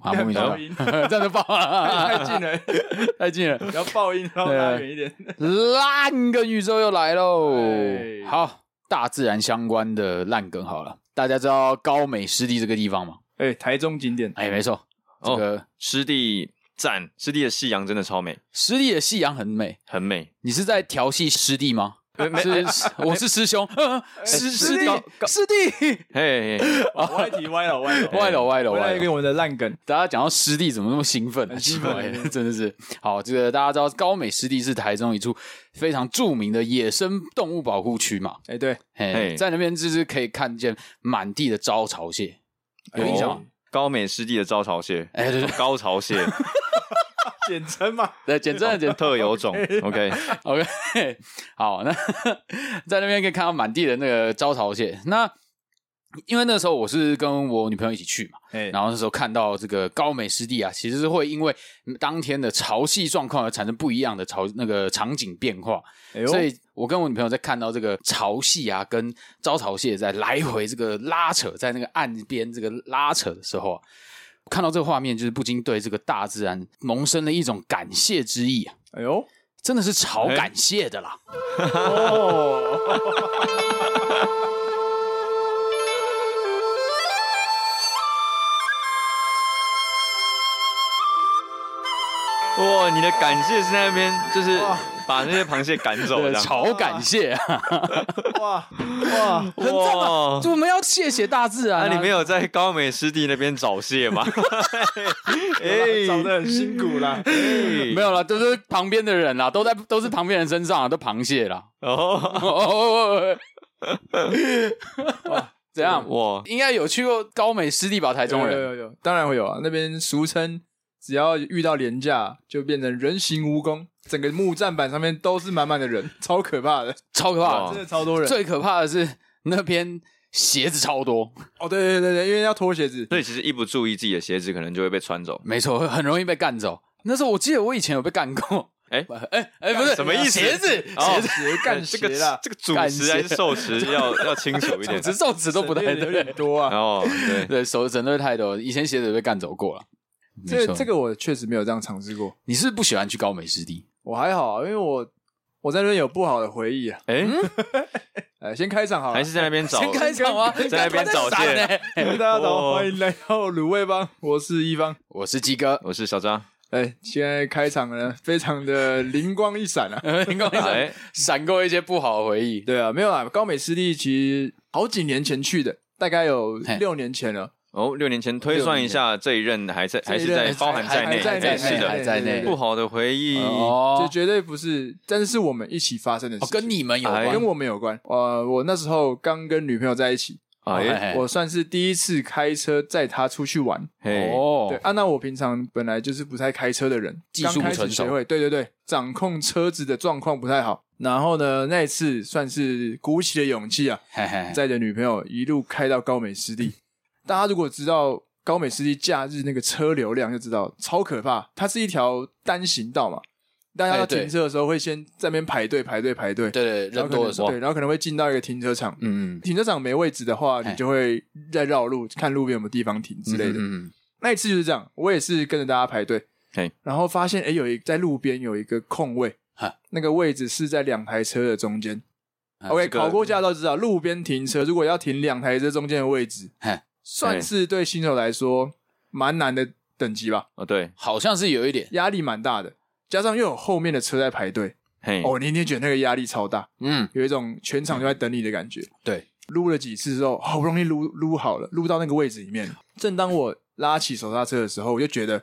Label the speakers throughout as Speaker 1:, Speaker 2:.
Speaker 1: 啊，莫名其
Speaker 2: 爆
Speaker 1: 妙，
Speaker 2: 音
Speaker 1: 这样就爆
Speaker 2: 太
Speaker 1: 了，
Speaker 2: 近了，
Speaker 1: 太近了。
Speaker 2: 不要爆音，然后拉远一点。
Speaker 1: 烂梗宇宙又来喽
Speaker 2: 哎！
Speaker 1: 好，大自然相关的烂梗好了，大家知道高美湿地这个地方吗？
Speaker 2: 哎，台中景点，
Speaker 1: 哎，没错，这
Speaker 3: 哦，
Speaker 1: 个
Speaker 3: 湿地赞，湿地的夕阳真的超美，
Speaker 1: 湿地的夕阳很美。
Speaker 3: 很美。
Speaker 1: 你是在调戏湿地吗？是，是我是师 兄，呃
Speaker 2: 哎
Speaker 1: 师师弟
Speaker 3: 高高
Speaker 1: 师弟，
Speaker 3: 嘿，
Speaker 2: 哇歪题歪了 歪了
Speaker 1: 歪了歪了
Speaker 2: 回
Speaker 1: 歪
Speaker 2: 来一
Speaker 1: 了
Speaker 2: 个。我们的烂梗，
Speaker 1: 大家讲到湿地怎么那么兴奋、啊？
Speaker 2: 很
Speaker 1: 奇
Speaker 2: 兴奋
Speaker 1: 怪
Speaker 2: 对，
Speaker 1: 真的是好。这个大家知道，高美湿地是台中一处非常著名的野生动物保护区嘛，
Speaker 2: 哎，对，
Speaker 1: 嘿，
Speaker 3: 嘿
Speaker 1: 在那边就是可以看见满地的招潮 蟹，有
Speaker 2: 哎
Speaker 1: 印象
Speaker 3: 哦
Speaker 1: 吗？
Speaker 3: 高美湿地的招潮蟹，哦
Speaker 1: 哎对对
Speaker 3: 高潮蟹
Speaker 2: 简称嘛，
Speaker 1: 对，简真的简
Speaker 3: 特 有种。OK，
Speaker 1: OK，好，那 在那边可以看到满地的那个招潮蟹。那因为那时候我是跟我女朋友一起去嘛，
Speaker 2: 哎
Speaker 1: 然后那时候看到这个高美湿地啊，其实是会因为当天的潮汐状况而产生不一样的潮那个场景变化。
Speaker 2: 哎呦
Speaker 1: 所以我跟我女朋友在看到这个潮汐啊，跟招潮蟹在来回这个拉扯，在那个岸边这个拉扯的时候啊，看到这个画面，就是不禁对这个大自然萌生了一种感谢之意啊，
Speaker 2: 哎呦，
Speaker 1: 真的是超
Speaker 3: 哎
Speaker 1: 感谢啊的啦。
Speaker 2: 哦，
Speaker 3: 哇，你的感谢是在那边，就是
Speaker 2: 哇
Speaker 3: 把那些螃蟹赶走，
Speaker 1: 对，
Speaker 3: 这样。
Speaker 1: 超感谢 啊！
Speaker 2: 哇哇，
Speaker 1: 很赞啊！
Speaker 3: 哇
Speaker 1: 就我们要谢谢大自然、
Speaker 3: 那
Speaker 1: 啊。
Speaker 3: 你没有在高美湿地那边找蟹吗？
Speaker 2: 哎，
Speaker 3: 哎
Speaker 2: 找的很辛苦啦，
Speaker 1: 没有啦，都是旁边的人啦，啊都在都是旁边人身上啊，都螃蟹 啦。
Speaker 3: 哦，
Speaker 1: 哦哦哦哦哦哇怎样？
Speaker 3: 哇，
Speaker 1: 应该有去过高美湿地吧？台中
Speaker 2: 有
Speaker 1: 人
Speaker 2: 有有，有当然会有啊，那边俗称。只要遇到廉价，就变成人形蜈蚣，整个木栈板上面都是满满的人， 超可怕的，
Speaker 1: 超可怕
Speaker 3: 哇
Speaker 1: 的
Speaker 2: 真。的超多人。
Speaker 1: 最可怕的是那边鞋子超多，
Speaker 2: 哦，对对对对，因为要脱鞋子，
Speaker 3: 所以其实一不注意自己的鞋子，可能就会被穿走。
Speaker 1: 没错，很容易被干走。那时候我记得我以前有被干过，
Speaker 3: 哎
Speaker 1: 哎哎，不是
Speaker 3: 什么意思
Speaker 1: 鞋子
Speaker 3: 哦
Speaker 1: 鞋子
Speaker 2: 鞋干
Speaker 3: 这
Speaker 2: 鞋
Speaker 3: 个
Speaker 2: 啦，
Speaker 3: 这个主
Speaker 1: 干
Speaker 3: 持还
Speaker 1: 鞋
Speaker 3: 是受 持要要清楚一点。啊
Speaker 1: 只受指都不太
Speaker 2: 省略的有
Speaker 1: 对，
Speaker 2: 点多啊。
Speaker 3: 哦，对，
Speaker 1: 对手整对太多。以前鞋子也被干走过了，没
Speaker 2: 这
Speaker 1: 错
Speaker 2: 这个我确实没有这样尝试过，
Speaker 1: 你是不是不喜欢去高美湿地？
Speaker 2: 我还好啊，因为我我在那边有不好的回忆啊。
Speaker 3: 哎，
Speaker 2: 哎，先开场好了，哎
Speaker 3: 还是在那边找
Speaker 1: 嗯先开场啊，
Speaker 3: 在那边找
Speaker 1: 他在闪欸
Speaker 2: 大家好，
Speaker 3: 哦
Speaker 2: 欢迎来到卤味帮，我是一方。
Speaker 1: 我是鸡哥，
Speaker 3: 我是小张，
Speaker 2: 哎，现在开场呢，非常的灵光一闪 啊。
Speaker 1: 呃，你跟我讲
Speaker 3: 哎，
Speaker 1: 闪过一些不好的回忆。
Speaker 2: 对啊，没有啊，高美湿地其实好几年前去的，大概有
Speaker 1: 嘿
Speaker 2: 六年前了。
Speaker 3: 哦，六年前推算一下，这一任还在还是
Speaker 2: 这一任
Speaker 3: 在包含在内，
Speaker 2: 还在
Speaker 3: 哎
Speaker 2: 内
Speaker 3: 是
Speaker 1: 还
Speaker 3: 的，
Speaker 1: 在
Speaker 2: 对对
Speaker 1: 内
Speaker 2: 对
Speaker 3: 不好的回忆，
Speaker 2: 这
Speaker 1: 哦，
Speaker 2: 绝对不是，但是我们一起发生的事
Speaker 1: 哦
Speaker 2: 情，
Speaker 1: 跟你们有
Speaker 3: 哎
Speaker 1: 关
Speaker 2: 跟我们有关。呃，我那时候刚跟女朋友在一起，
Speaker 3: 哎
Speaker 1: 哎
Speaker 2: 我算是第一次开车载她出去玩。
Speaker 3: 嘿，
Speaker 1: 哦，
Speaker 2: 对，啊，那我平常本来就是不太开车的人，
Speaker 1: 技术
Speaker 2: 刚开
Speaker 1: 不
Speaker 2: 始
Speaker 1: 成熟
Speaker 2: 学会，对对对，掌控车子的状况不太好。然后呢，那一次算是鼓起了勇气啊，
Speaker 1: 嘿嘿，
Speaker 2: 载着女朋友一路开到高美湿地。大家如果知道高美湿地假日那个车流量，就知道超可怕。它是一条单行道嘛，大家
Speaker 1: 哎
Speaker 2: 要
Speaker 1: 对
Speaker 2: 停车的时候会先在那边排队排队排队，
Speaker 1: 对对，人
Speaker 2: 然后可能
Speaker 1: 多的时候，
Speaker 2: 对，然后可能会进到一个停车场。
Speaker 1: 嗯嗯
Speaker 2: 停车场没位置的话，
Speaker 1: 哎
Speaker 2: 你就会再绕路，看路边有没有地方停之类的。
Speaker 1: 嗯，嗯
Speaker 2: 那一次就是这样，我也是跟着大家排队
Speaker 3: 嘿，
Speaker 2: 然后发现哎，诶有一在路边有一个空位
Speaker 1: 哈，
Speaker 2: 那个位置是在两台车的中间。
Speaker 1: 啊
Speaker 2: OK，
Speaker 3: 这个
Speaker 2: 考过驾照知道，路边停车如果要停两台车中间的位置
Speaker 1: 嘿，
Speaker 2: 算是对新手来说蛮难的等级吧，
Speaker 3: 哦对，
Speaker 1: 好像是有一点，
Speaker 2: 压力蛮大的。加上又有后面的车在排队，
Speaker 3: 嘿，
Speaker 2: 哦，你一定觉得那个压力超大，
Speaker 1: 嗯，
Speaker 2: 有一种全场就在等你的感觉。
Speaker 1: 对，
Speaker 2: 撸了几次之后，好不容易撸撸好了，撸到那个位置里面。正当我拉起手刹车的时候，我就觉得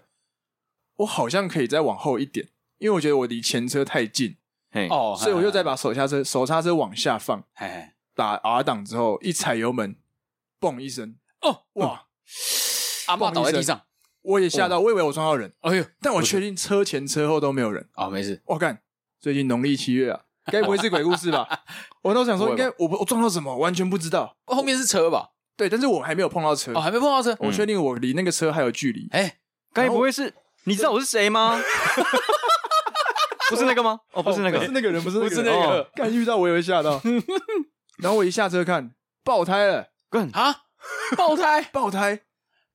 Speaker 2: 我好像可以再往后一点，因为我觉得我离前车太近，
Speaker 3: 嘿，
Speaker 1: 哦，
Speaker 2: 所以我就再把手刹车手刹车往下放，
Speaker 1: 嘿，嘿嘿
Speaker 2: 打 R 档之后一踩油门，嘣一声，
Speaker 1: 哦，哦
Speaker 2: 哇！
Speaker 1: 阿妈倒在地上，
Speaker 2: 我也吓到，我以为我撞到人，
Speaker 1: 哎呦，
Speaker 2: 但我确定车前车后都没有人。
Speaker 1: 哦，没事，
Speaker 2: 我干，最近农历七月啊，该不会是鬼故 事吧？我都想说，应该我不我撞到什么，完全不知道。
Speaker 1: 哦后面是车吧？
Speaker 2: 对，但是我还没有碰到车
Speaker 1: 哦，，还没碰到车，
Speaker 2: 我确定我离那个车还有距离。
Speaker 1: 哎，
Speaker 3: 该不会是你知道我是谁吗？不是那个吗？哦，不是那
Speaker 2: 不是
Speaker 3: 个，
Speaker 2: 那个人，不是
Speaker 1: 不
Speaker 2: 那
Speaker 1: 是
Speaker 2: 个
Speaker 1: 那
Speaker 2: 人。
Speaker 1: 个
Speaker 2: 哦刚遇到我也会吓到，然后我一下车看爆胎了，
Speaker 3: 干
Speaker 1: 啊，爆胎，
Speaker 2: 爆胎！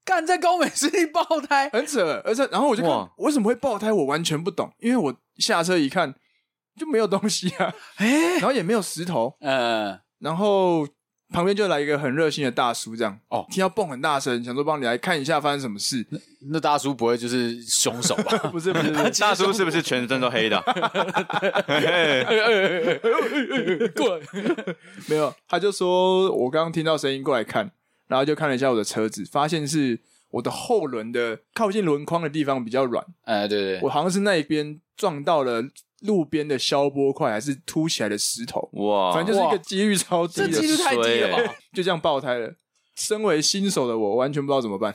Speaker 1: 干在高美湿地爆胎，
Speaker 2: 很扯。而且然后我就看
Speaker 3: 哇
Speaker 2: 为什么会爆胎，我完全不懂，因为我下车一看就没有东西啊，
Speaker 1: 哎、
Speaker 2: 然后也没有石头，
Speaker 1: 呃，
Speaker 2: 然后旁边就来一个很热心的大叔，这样
Speaker 1: 哦
Speaker 2: 听到蹦很大声，想说帮你来看一下发生什么事，
Speaker 1: 那大叔不会就是凶手 吧？
Speaker 2: 不是不是，不是
Speaker 3: 大叔是不是全身都黑的？
Speaker 1: 哎过 来，
Speaker 2: 没有，他就说我刚刚听到声音过来看，然后就看了一下我的车子，发现是我的后轮的靠近轮框的地方比较软，
Speaker 1: 呃，对对对，
Speaker 2: 我好像是那一边撞到了路边的消波块，还是凸起来的石头，
Speaker 3: 哇，
Speaker 2: 反正就是一个几率超低
Speaker 1: 这
Speaker 2: 的，
Speaker 1: 几率太低了吧？
Speaker 2: 就这样爆胎了。身为新手的我，完全不知道怎么办，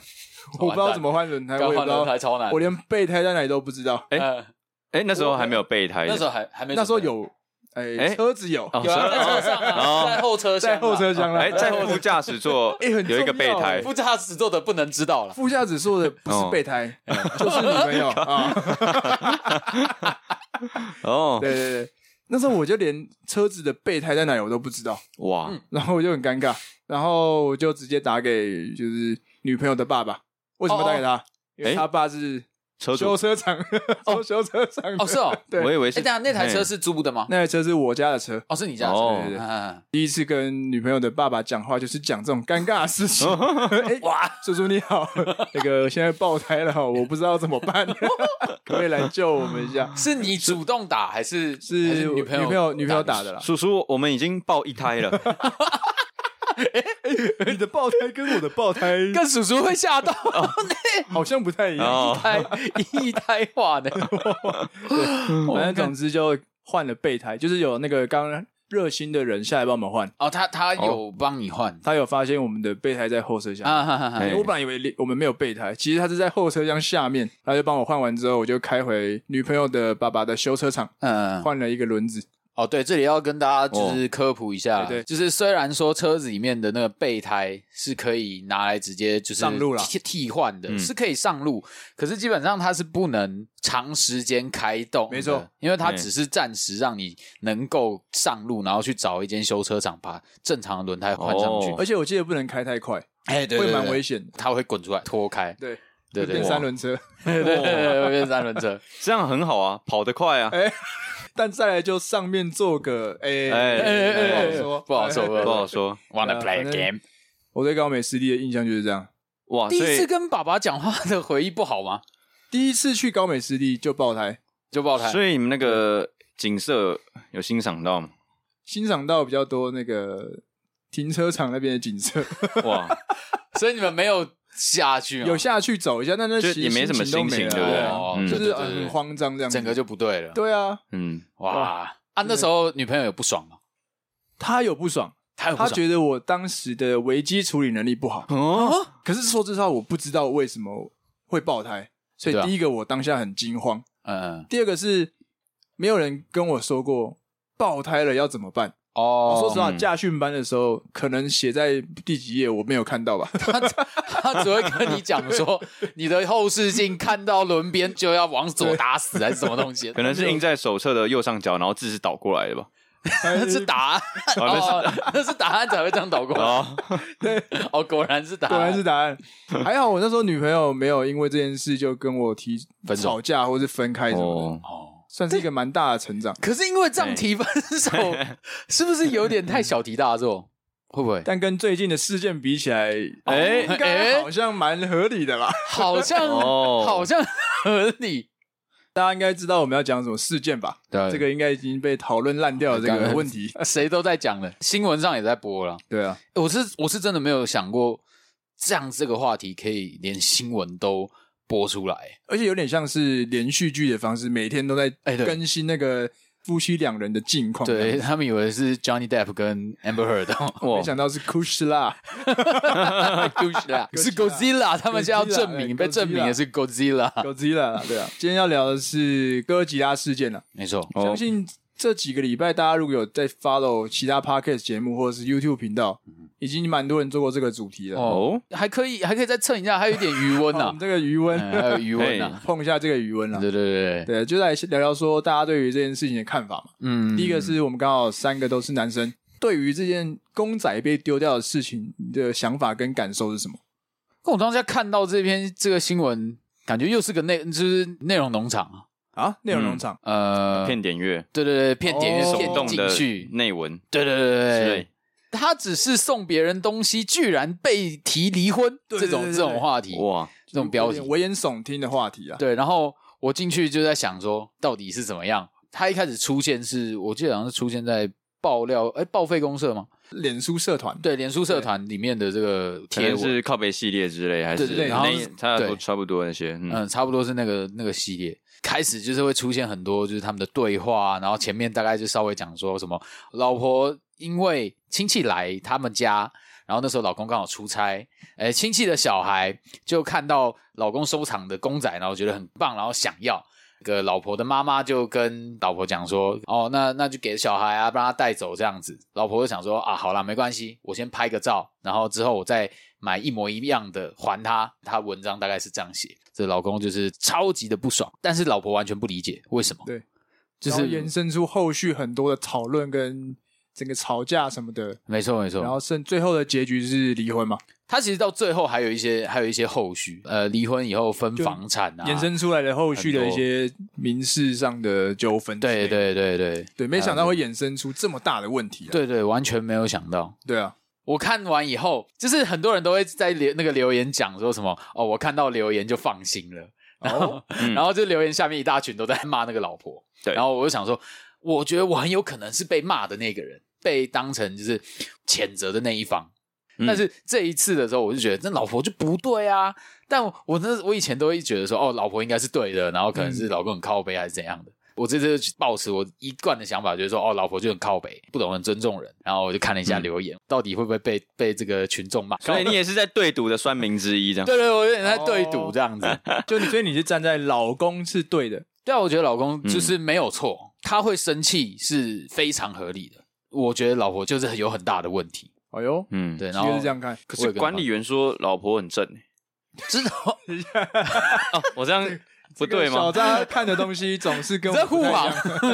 Speaker 2: 我不知道怎么换轮胎，我
Speaker 1: 刚
Speaker 2: 也不
Speaker 1: 换
Speaker 2: 知
Speaker 1: 轮
Speaker 2: 道，
Speaker 1: 胎超难，
Speaker 2: 我连备胎在哪里都不知道。
Speaker 3: 哎
Speaker 1: 呃
Speaker 3: 哎，那时候还没有备胎的，
Speaker 1: 那时候还还没准备，
Speaker 2: 那时候有，哎，
Speaker 3: 哎
Speaker 2: 车子有，
Speaker 3: 哦
Speaker 1: 有啊，在车上啊，
Speaker 3: 哦
Speaker 1: 在后车厢啊，
Speaker 2: 在后车厢了，
Speaker 3: 哎，在副驾驶座
Speaker 2: 哎很重要
Speaker 3: 有一个备
Speaker 2: 哎
Speaker 3: 胎，
Speaker 1: 副驾驶座的 不能知道 了。
Speaker 2: 副驾驶坐的不是备胎，就是女朋友啊。
Speaker 3: 哦，
Speaker 2: 对对对，那时候我就连车子的备胎在哪里我都不知道，
Speaker 3: 哇，
Speaker 2: 然后我就很尴尬，然后我就直接打给就是女朋友的爸爸。为什么打给他？因为他爸是
Speaker 3: 车
Speaker 2: 修
Speaker 3: 主，
Speaker 2: 车厂， 修修车厂的
Speaker 1: 哦哦，是哦，
Speaker 2: 对
Speaker 3: 我以为
Speaker 1: 哎，
Speaker 3: 是
Speaker 1: 等一下那台车
Speaker 3: 嘿
Speaker 1: 是租的吗？
Speaker 2: 那台车是我家的车。
Speaker 1: 哦，是你家的
Speaker 3: 哦
Speaker 1: 车，
Speaker 2: 对对对
Speaker 1: 嗯，
Speaker 2: 第一次跟女朋友的爸爸讲话，就是讲这种尴尬的事情。
Speaker 3: 哦
Speaker 2: 哇，叔叔你好，那个现在爆胎了，我不知道怎么 办，可不可以来救我们一 下？
Speaker 1: 是你主动打还是还
Speaker 2: 是
Speaker 1: 女朋友
Speaker 2: 女朋友女朋友打的啦。
Speaker 3: 叔叔，我们已经爆一胎了，
Speaker 2: 你的爆胎跟我的爆胎
Speaker 1: 跟叔叔会吓到，
Speaker 2: 好像不太一样。
Speaker 3: 哦，
Speaker 1: 胎一胎化 的，
Speaker 2: 反正总之就换了备胎，就是有那个刚刚热心的人下来帮我们换，
Speaker 1: 哦，他他有帮你换
Speaker 2: 他有发现我们的备胎在后车厢。
Speaker 1: 啊，哈哈哈
Speaker 3: 哎
Speaker 2: 我本来以为连我们没有备胎，其实他是在后车厢下面，他就帮我换完之后，我就开回女朋友的爸爸的修车厂，
Speaker 1: 嗯，
Speaker 2: 换了一个轮子。
Speaker 1: 哦，对，这里要跟大家就是科普一下，
Speaker 2: 哦对对
Speaker 1: 就是虽然说车子里面的那个备胎是可以拿来直接就是
Speaker 2: 上路啦
Speaker 1: 替替换的，
Speaker 3: 嗯
Speaker 1: 是可以上路，可是基本上它是不能长时间开动的，
Speaker 2: 没错哎
Speaker 1: 因为它
Speaker 3: 嗯
Speaker 1: 只是暂时让你能够上路，然后去找一间修车厂把正常的轮胎换上去
Speaker 3: 哦，
Speaker 2: 而且我记得不能开太快，
Speaker 1: 哎、对对
Speaker 2: 会
Speaker 1: 对
Speaker 2: 蛮危
Speaker 1: 险，
Speaker 2: 险的。
Speaker 1: 它会滚出来脱开，
Speaker 2: 对，
Speaker 1: 对对
Speaker 2: 会变
Speaker 1: 对
Speaker 2: 三轮车，
Speaker 1: 对对对，会变三轮车，
Speaker 3: 这样很好啊，跑得
Speaker 1: 哎
Speaker 3: 快啊，
Speaker 2: 但再来就上面坐个哎
Speaker 3: 哎哎哎
Speaker 2: 不好说，
Speaker 1: 不好说，
Speaker 2: 哎
Speaker 3: 不好。说，
Speaker 1: Wanna
Speaker 2: 对啊
Speaker 1: play
Speaker 2: 反
Speaker 1: a
Speaker 2: 正
Speaker 1: game？
Speaker 2: 我对高美湿地的印象就是这样。
Speaker 3: 哇，
Speaker 1: 第
Speaker 3: 所
Speaker 1: 一次
Speaker 3: 以
Speaker 1: 跟爸爸讲话的回忆不好吗？
Speaker 2: 第一次去高美湿地就爆胎，
Speaker 1: 就爆胎。
Speaker 3: 所以你们那个景色有欣赏到吗？
Speaker 2: 欣赏到比较多那个停车场那边的景色，
Speaker 3: 哇，
Speaker 1: 所以你们没有下去吗，哦
Speaker 2: 有下去走一下，但那
Speaker 3: 就
Speaker 2: 其实
Speaker 3: 也没什么
Speaker 2: 心情
Speaker 3: 心
Speaker 2: 都
Speaker 3: 情
Speaker 2: 没
Speaker 1: 对不对
Speaker 2: 了
Speaker 1: 哦
Speaker 2: 对
Speaker 3: 嗯
Speaker 2: 就
Speaker 1: 对
Speaker 2: 是呃
Speaker 1: 对对
Speaker 2: 很慌张这样子，
Speaker 1: 整个就不对了。
Speaker 2: 对啊，
Speaker 3: 嗯，
Speaker 1: 哇啊！那时候女朋友有不爽吗？
Speaker 2: 他有不爽，
Speaker 1: 她有不
Speaker 2: 他
Speaker 1: 爽
Speaker 2: 觉得我当时的危机处理能力不好，
Speaker 3: 哦，
Speaker 2: 可是说实话，我不知道为什么会爆胎，所
Speaker 1: 对
Speaker 2: 以
Speaker 1: 啊
Speaker 2: 第一个我当下很惊慌，
Speaker 1: 嗯
Speaker 2: 第二个是没有人跟我说过爆胎了要怎么办。
Speaker 1: 哦，
Speaker 2: 说实话，
Speaker 3: 嗯
Speaker 2: 驾训班的时候可能写在第几页，我没有看到吧。
Speaker 1: 他只会跟你讲 说，你的后视镜看到轮边就要往左打死，还是什么东西？
Speaker 3: 可能是印在手册的右上角，然后字是倒过来的吧？
Speaker 1: 那是答案，
Speaker 3: 那 是
Speaker 1: 哦，那是答案才会这样倒过来。
Speaker 3: 哦，
Speaker 1: 哦，果然是答案，
Speaker 2: 果然是答案。还好我那时候女朋友没有因为这件事就跟我提
Speaker 1: 分手
Speaker 2: 吵架或是分开什么的，
Speaker 3: 哦，
Speaker 1: 哦。
Speaker 2: 算是一个蛮大的成长。
Speaker 1: 可是因为这样提分手， 是不是有点太小题大做？会不会
Speaker 2: 但跟最近的事件比起来，哦
Speaker 3: 哎
Speaker 2: 应该好像蛮合理的吧？
Speaker 1: 好像
Speaker 3: 哦
Speaker 1: 好像合理？
Speaker 2: 大家应该知道我们要讲什么事件吧？
Speaker 1: 对
Speaker 2: 这个应该已经被讨论烂掉了这个 问题。
Speaker 1: 谁都在讲了，新闻上也在播了。
Speaker 2: 对啊，
Speaker 1: 我是我是真的没有想过，这样这个话题可以连新闻都播出来。
Speaker 2: 而且有点像是连续剧的方式，每天都在
Speaker 1: 哎对
Speaker 2: 更新那个夫妻两人的近况。
Speaker 1: 对，他们以为是 Johnny Depp 跟 Amber Heard，哦
Speaker 2: 没想到 是 Kushla，
Speaker 1: Godzilla，是啊 Godzilla，他们现在要证明
Speaker 2: Godzilla，
Speaker 1: 被证明的是 Godzilla，
Speaker 2: 有 z 了， 对啊。今天要聊的是哥吉拉事件了。啊
Speaker 1: 没错。
Speaker 3: 哦
Speaker 2: 相信这几个礼拜，大家如果有在 follow 其他 podcast 节目或者是 YouTube 频道，已经蛮多人做过这个主题了。
Speaker 1: 嗯哦，
Speaker 3: 哦，
Speaker 1: 还可以，还可以再蹭一下，还有一点余温
Speaker 2: 好我
Speaker 1: 呐
Speaker 2: 们，这个余温，
Speaker 1: 嗯还有余温呐。
Speaker 2: 碰一下这个余温了。啊
Speaker 1: 对对对，对
Speaker 2: 对，就来聊聊说大家对于这件事情的看法嘛。
Speaker 1: 嗯，
Speaker 2: 第一个是我们刚好三个都是男生，对于这件公仔被丢掉的事情，你的想法跟感受是什么？
Speaker 1: 那我当时看到这篇这个新闻，感觉又是个内就是内容农场啊，
Speaker 2: 啊，内容农场、
Speaker 1: 呃，
Speaker 3: 骗点阅，
Speaker 1: 对对对，骗点
Speaker 2: 哦
Speaker 1: 阅
Speaker 3: 手
Speaker 1: 骗
Speaker 3: 动
Speaker 1: 进
Speaker 3: 的
Speaker 1: 去，
Speaker 3: 内文
Speaker 1: 对对对
Speaker 3: 之
Speaker 1: 对
Speaker 3: 类
Speaker 1: 对，，他只是送别人东西，居然被提离婚，
Speaker 2: 对
Speaker 1: 这种
Speaker 2: 对对对
Speaker 1: 这种话题，
Speaker 3: 哇，
Speaker 1: 这种标
Speaker 2: 有
Speaker 1: 题
Speaker 2: 点，危言耸听的话题啊。
Speaker 1: 对。然后我进去就在想说，到底是怎么样？他一开始出现是我记得好像是出现在爆料，哎，报废公社吗？
Speaker 2: 脸书社团，
Speaker 1: 对，脸书社团里面的这个
Speaker 3: 可
Speaker 1: 贴
Speaker 3: 能
Speaker 1: 文，
Speaker 3: 是靠北系列之类，还
Speaker 1: 对
Speaker 3: 是
Speaker 1: 对
Speaker 2: 对然后
Speaker 3: 那差不多
Speaker 1: 对
Speaker 3: 差不多那些，嗯，
Speaker 1: 嗯，差不多是那个那个系列。开始就是会出现很多就是他们的对话，然后前面大概就稍微讲说什么老婆因为亲戚来他们家，然后那时候老公刚好出差，哎，亲戚的小孩就看到老公收藏的公仔，然后觉得很棒，然后想要。那个老婆的妈妈就跟老婆讲说：“哦，那那就给小孩啊，让他带走这样子。”老婆就想说：“啊，好啦，没关系，我先拍个照，然后之后我再买一模一样的还他。”他文章大概是这样写，这老公就是超级的不爽，但是老婆完全不理解为什么。
Speaker 2: 对，
Speaker 1: 就
Speaker 2: 然后延
Speaker 1: 是
Speaker 2: 伸出后续很多的讨论跟整个吵架什么的，
Speaker 1: 没错没错。
Speaker 2: 然后甚最后的结局是离婚嘛，
Speaker 1: 他其实到最后还有一些还有一些后续，呃，离婚以后分
Speaker 2: 就
Speaker 1: 房产啊，
Speaker 2: 延伸出来的后续的
Speaker 1: 很
Speaker 2: 一
Speaker 1: 多
Speaker 2: 些民事上的纠纷之
Speaker 1: 对
Speaker 2: 类的。
Speaker 1: 对对对
Speaker 2: 对，没想到会衍生出这么大的问题、啊。
Speaker 1: 对对，完全没有想到。
Speaker 2: 对啊，
Speaker 1: 我看完以后，就是很多人都会在留那个留言讲说什么哦，我看到留言就放心了，然后、
Speaker 2: 哦
Speaker 3: 嗯
Speaker 1: 然后就留言下面一大群都在骂那个老婆，
Speaker 3: 对
Speaker 1: 然后我就想说，我觉得我很有可能是被骂的那个人，被当成就是谴责的那一方。
Speaker 3: 嗯
Speaker 1: 但是这一次的时候，我就觉得那老婆就不对啊。但我那我以前都会觉得说，哦，老婆应该是对的，然后可能
Speaker 3: 嗯
Speaker 1: 是老公很靠背还是怎样的。我这次就抱持我一贯的想法，就是说，哦，老婆就很靠北，不懂得尊重人。然后我就看了一下
Speaker 3: 嗯
Speaker 1: 留言，到底会不会被被这个群众骂？
Speaker 3: 所以你也是在对赌的酸民之一，这样
Speaker 1: 对对，我有点在对
Speaker 2: 哦
Speaker 1: 赌这样子。
Speaker 2: 就你，所以你是站在老公是对的，
Speaker 1: 对啊，我觉得老公就是没有错，他会生气是非常合理的。我觉得老婆就是有很大的问题。
Speaker 2: 哎呦，
Speaker 3: 嗯，
Speaker 1: 对，然
Speaker 2: 其实
Speaker 1: 后
Speaker 2: 是这样看，
Speaker 1: 可
Speaker 3: 可是管理员说老婆很正，欸
Speaker 1: 知道
Speaker 3: 哦，我这样不对
Speaker 2: 这个小
Speaker 3: 吗？
Speaker 2: 扎看的东西总是跟我
Speaker 1: 在
Speaker 2: 们
Speaker 1: 护航
Speaker 2: 不太一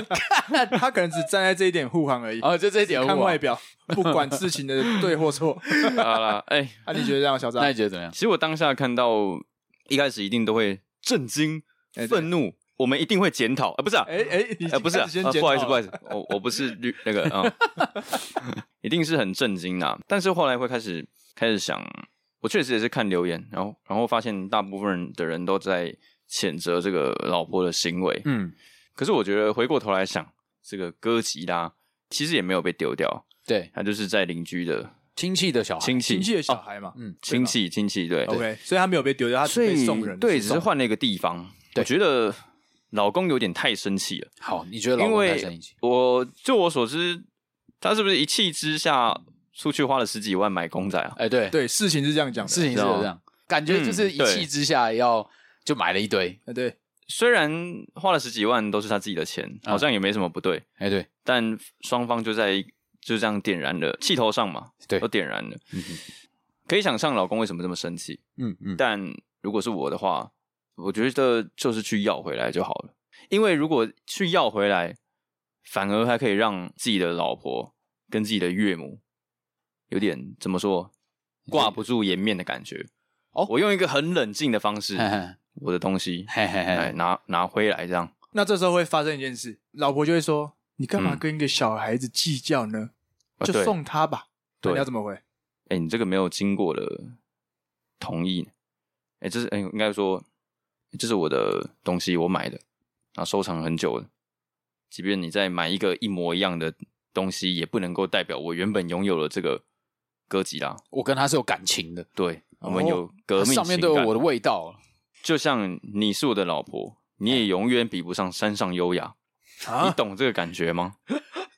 Speaker 2: 样， 他可能只站在这一点护航而已，
Speaker 1: 哦，就这一点
Speaker 2: 看
Speaker 1: 我
Speaker 2: 外表，不管事情的对或错。
Speaker 3: 好啦，哎，
Speaker 2: 啊，你觉得这样，小扎
Speaker 1: 那？你觉得怎么样？
Speaker 3: 其实我当下看到一开始一定都会震惊
Speaker 2: 哎对、
Speaker 3: 愤怒，我们一定会检讨啊，不是啊，
Speaker 2: 哎哎，你
Speaker 3: 呃，不是、啊
Speaker 2: 开始先
Speaker 3: 呃
Speaker 2: 检
Speaker 3: 不好意思，
Speaker 2: 讨
Speaker 3: 不好意思，我我不是绿那个啊， 一定是很震惊啦。但是后来会开始开始想，我确实也是看留言，然后然后发现大部分的人都在谴责这个老婆的行为。
Speaker 1: 嗯，
Speaker 3: 可是我觉得回过头来想，这个哥吉拉其实也没有被丢掉，
Speaker 1: 对，
Speaker 3: 他就是在邻居的
Speaker 1: 亲戚的小孩，嗯
Speaker 3: 亲戚
Speaker 2: 亲戚的小孩嘛。
Speaker 3: 亲戚亲戚哦嗯对
Speaker 2: OK，所以他没有被丢掉，啊哦他只
Speaker 3: 所
Speaker 2: 被
Speaker 3: 以
Speaker 2: 送人，
Speaker 3: 对，
Speaker 2: 是
Speaker 3: 只
Speaker 2: 送
Speaker 3: 是换了一个地方。
Speaker 1: 对
Speaker 3: 我觉得老公有点太生气了。
Speaker 1: 好，你觉得老
Speaker 3: 因
Speaker 1: 公太生
Speaker 3: 为
Speaker 1: 气？
Speaker 3: 我就我所知，他是不是一气之下出去花了十几万买公仔啊？
Speaker 1: 哎，对，
Speaker 2: 对事情是这样讲的，
Speaker 1: 事情是
Speaker 3: 知道
Speaker 1: 有这样，感觉就是一
Speaker 3: 嗯对
Speaker 1: 气之下要就买了一堆，
Speaker 2: 啊对，
Speaker 3: 虽然花了十几万都是他自己的钱，
Speaker 1: 啊
Speaker 3: 好像也没什么不对，
Speaker 1: 哎，对，
Speaker 3: 但双方就在就这样点燃了气头上嘛，
Speaker 1: 对
Speaker 3: 都点燃了。
Speaker 1: 嗯哼
Speaker 3: 可以想象老公为什么这么生气，
Speaker 1: 嗯嗯，
Speaker 3: 但如果是我的话，我觉得就是去要回来就好了，因为如果去要回来，反而还可以让自己的老婆跟自己的岳母有点怎么说挂不住颜面的感觉。
Speaker 1: 哦
Speaker 3: 我用一个很冷静的方式，我的东西
Speaker 1: 嘿嘿
Speaker 3: 来
Speaker 1: 嘿，
Speaker 3: 拿拿回来，这样
Speaker 2: 那这时候会发生一件事，老婆就会说：“你干嘛
Speaker 3: 嗯
Speaker 2: 跟一个小孩子计较呢？
Speaker 3: 啊
Speaker 2: 就
Speaker 3: 对
Speaker 2: 送他吧。”
Speaker 3: 对
Speaker 2: 你要怎么回？
Speaker 3: 哎、你这个没有经过的同意，哎、这是哎、应该说这是我的东西，我买的，然后收藏很久了。即便你再买一个一模一样的东西，也不能够代表我原本拥有了这个哥吉拉。
Speaker 1: 我跟他是有感情的，
Speaker 3: 对，我
Speaker 2: 哦
Speaker 3: 们有革命、情
Speaker 1: 上面都有
Speaker 3: 感
Speaker 1: 我的味道了，
Speaker 3: 就像你是我的老婆，你也永远比不上山上优雅。你
Speaker 2: 啊，
Speaker 3: 懂这个感觉 吗？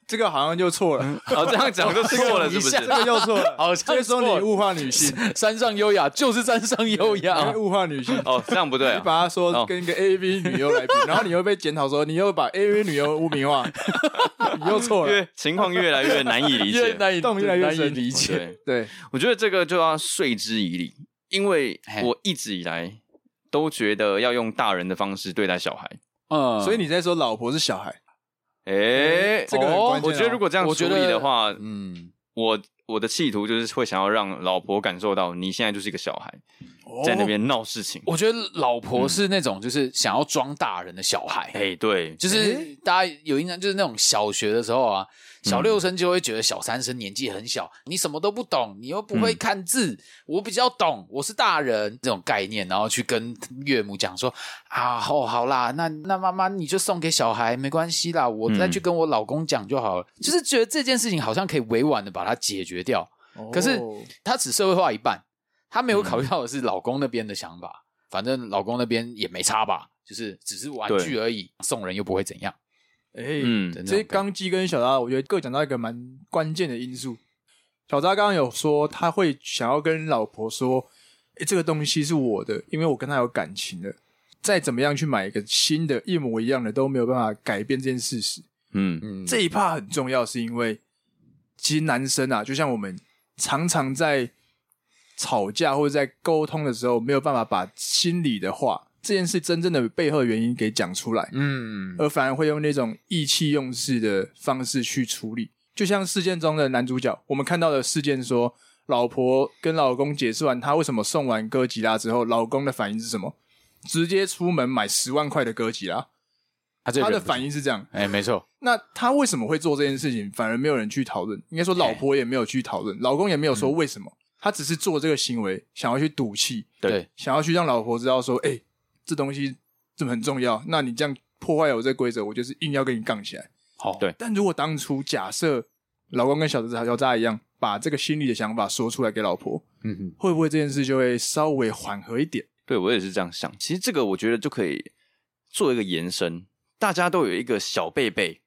Speaker 2: 这个好像就错 了，
Speaker 3: 哦，这样讲就错了，是不
Speaker 2: 这
Speaker 3: 是？
Speaker 2: 个又错 了。
Speaker 1: 好像
Speaker 2: 这个时候
Speaker 1: 错了
Speaker 2: 你物化女性，
Speaker 1: 山上优雅就是山上优
Speaker 2: 你
Speaker 1: 雅
Speaker 2: 会，物化女性。
Speaker 3: 哦，这样不对
Speaker 2: 你
Speaker 3: 啊！
Speaker 2: 把她说
Speaker 3: 哦
Speaker 2: 跟一个 AV 女优 来比，然后你又被检讨说你又把 AV 女优污名化， 你又错了。
Speaker 3: 越情况越来越难以理解，哦
Speaker 1: 越难以
Speaker 2: 动越来越
Speaker 1: 难以
Speaker 2: 深
Speaker 1: 理解。
Speaker 3: 对，
Speaker 2: 对，
Speaker 3: 我觉得这个就要睡之以理，因为
Speaker 1: 嘿
Speaker 3: 我一直以来都觉得要用大人的方式对待小孩。
Speaker 1: 嗯，
Speaker 2: 所以你在说老婆是小孩，
Speaker 3: 哎、
Speaker 2: 这个很
Speaker 1: 哦
Speaker 2: 关键哦。
Speaker 3: 我觉得如果这样
Speaker 1: 我
Speaker 3: 处
Speaker 1: 觉
Speaker 3: 理
Speaker 1: 得
Speaker 3: 的话，
Speaker 1: 嗯，
Speaker 3: 我我的企图就是会想要让老婆感受到你现在就是一个小孩，
Speaker 1: 哦
Speaker 3: 在那边闹事情。
Speaker 1: 我觉得老婆是那种就是想要装大人的小孩，
Speaker 3: 嗯哎，对，
Speaker 1: 就是大家有印象，就是那种小学的时候啊，小
Speaker 3: 嗯
Speaker 1: 六生就会觉得小三生年纪很小，你什么都不懂，你又不会
Speaker 3: 嗯
Speaker 1: 看字，我比较懂，我是大人这种概念，然后去跟岳母讲说啊，哦，好啦，那那妈妈你就送给小孩没关系啦，我再去
Speaker 3: 嗯
Speaker 1: 跟我老公讲就好了，就是觉得这件事情好像可以委婉的把它解决掉，可是
Speaker 2: 哦
Speaker 1: 他只社会化一半，他没有考虑到的是老公那边的想法。反正老公那边也没差吧，就是只是玩
Speaker 3: 对
Speaker 1: 具而已，送人又不会怎样。
Speaker 2: 哎、
Speaker 3: 嗯，
Speaker 1: 真的
Speaker 2: 所以刚基跟小扎，我觉得各讲到一个蛮关键的因素。小扎刚刚有说他会想要跟老婆说：“哎、这个东西是我的，因为我跟他有感情了。再怎么样去买一个新的，一模一样的都没有办法改变这件事实。
Speaker 3: 嗯，
Speaker 1: 嗯，
Speaker 2: 这一趴很重要，是因为其实男生啊，就像我们常常在吵架或者在沟通的时候，没有办法把心里的话这件事真正的背后的原因给讲出来。
Speaker 1: 嗯
Speaker 2: 而反而会用那种意气用事的方式去处理。就像事件中的男主角，我们看到的事件说，老婆跟老公解释完他为什么送完哥吉拉之后，老公的反应是什么？直接出门买十万块的哥吉拉。
Speaker 1: 他这
Speaker 2: 他
Speaker 1: 个
Speaker 2: 的
Speaker 1: 人不
Speaker 2: 反应是这样。
Speaker 1: 哎，没错，
Speaker 2: 那他为什么会做这件事情？反而没有人去讨论，应该说老婆也没有去讨论，老公也没有
Speaker 3: 嗯
Speaker 2: 说为什么，他只是做这个行为，想要去赌气，
Speaker 1: 对，
Speaker 2: 想要去让老婆知道说，哎、这东西这么很重要，那你这样破坏我这规则，我就是硬要跟你杠起来。
Speaker 1: 好，
Speaker 3: 对
Speaker 2: 但如果当初假设老公跟小子小渣一样，把这个心里的想法说出来给老婆，
Speaker 1: 嗯哼，
Speaker 2: 会不会这件事就会稍微缓和一点？
Speaker 3: 对我也是这样想。其实这个我觉得就可以做一个延伸，大家都有一个小贝贝，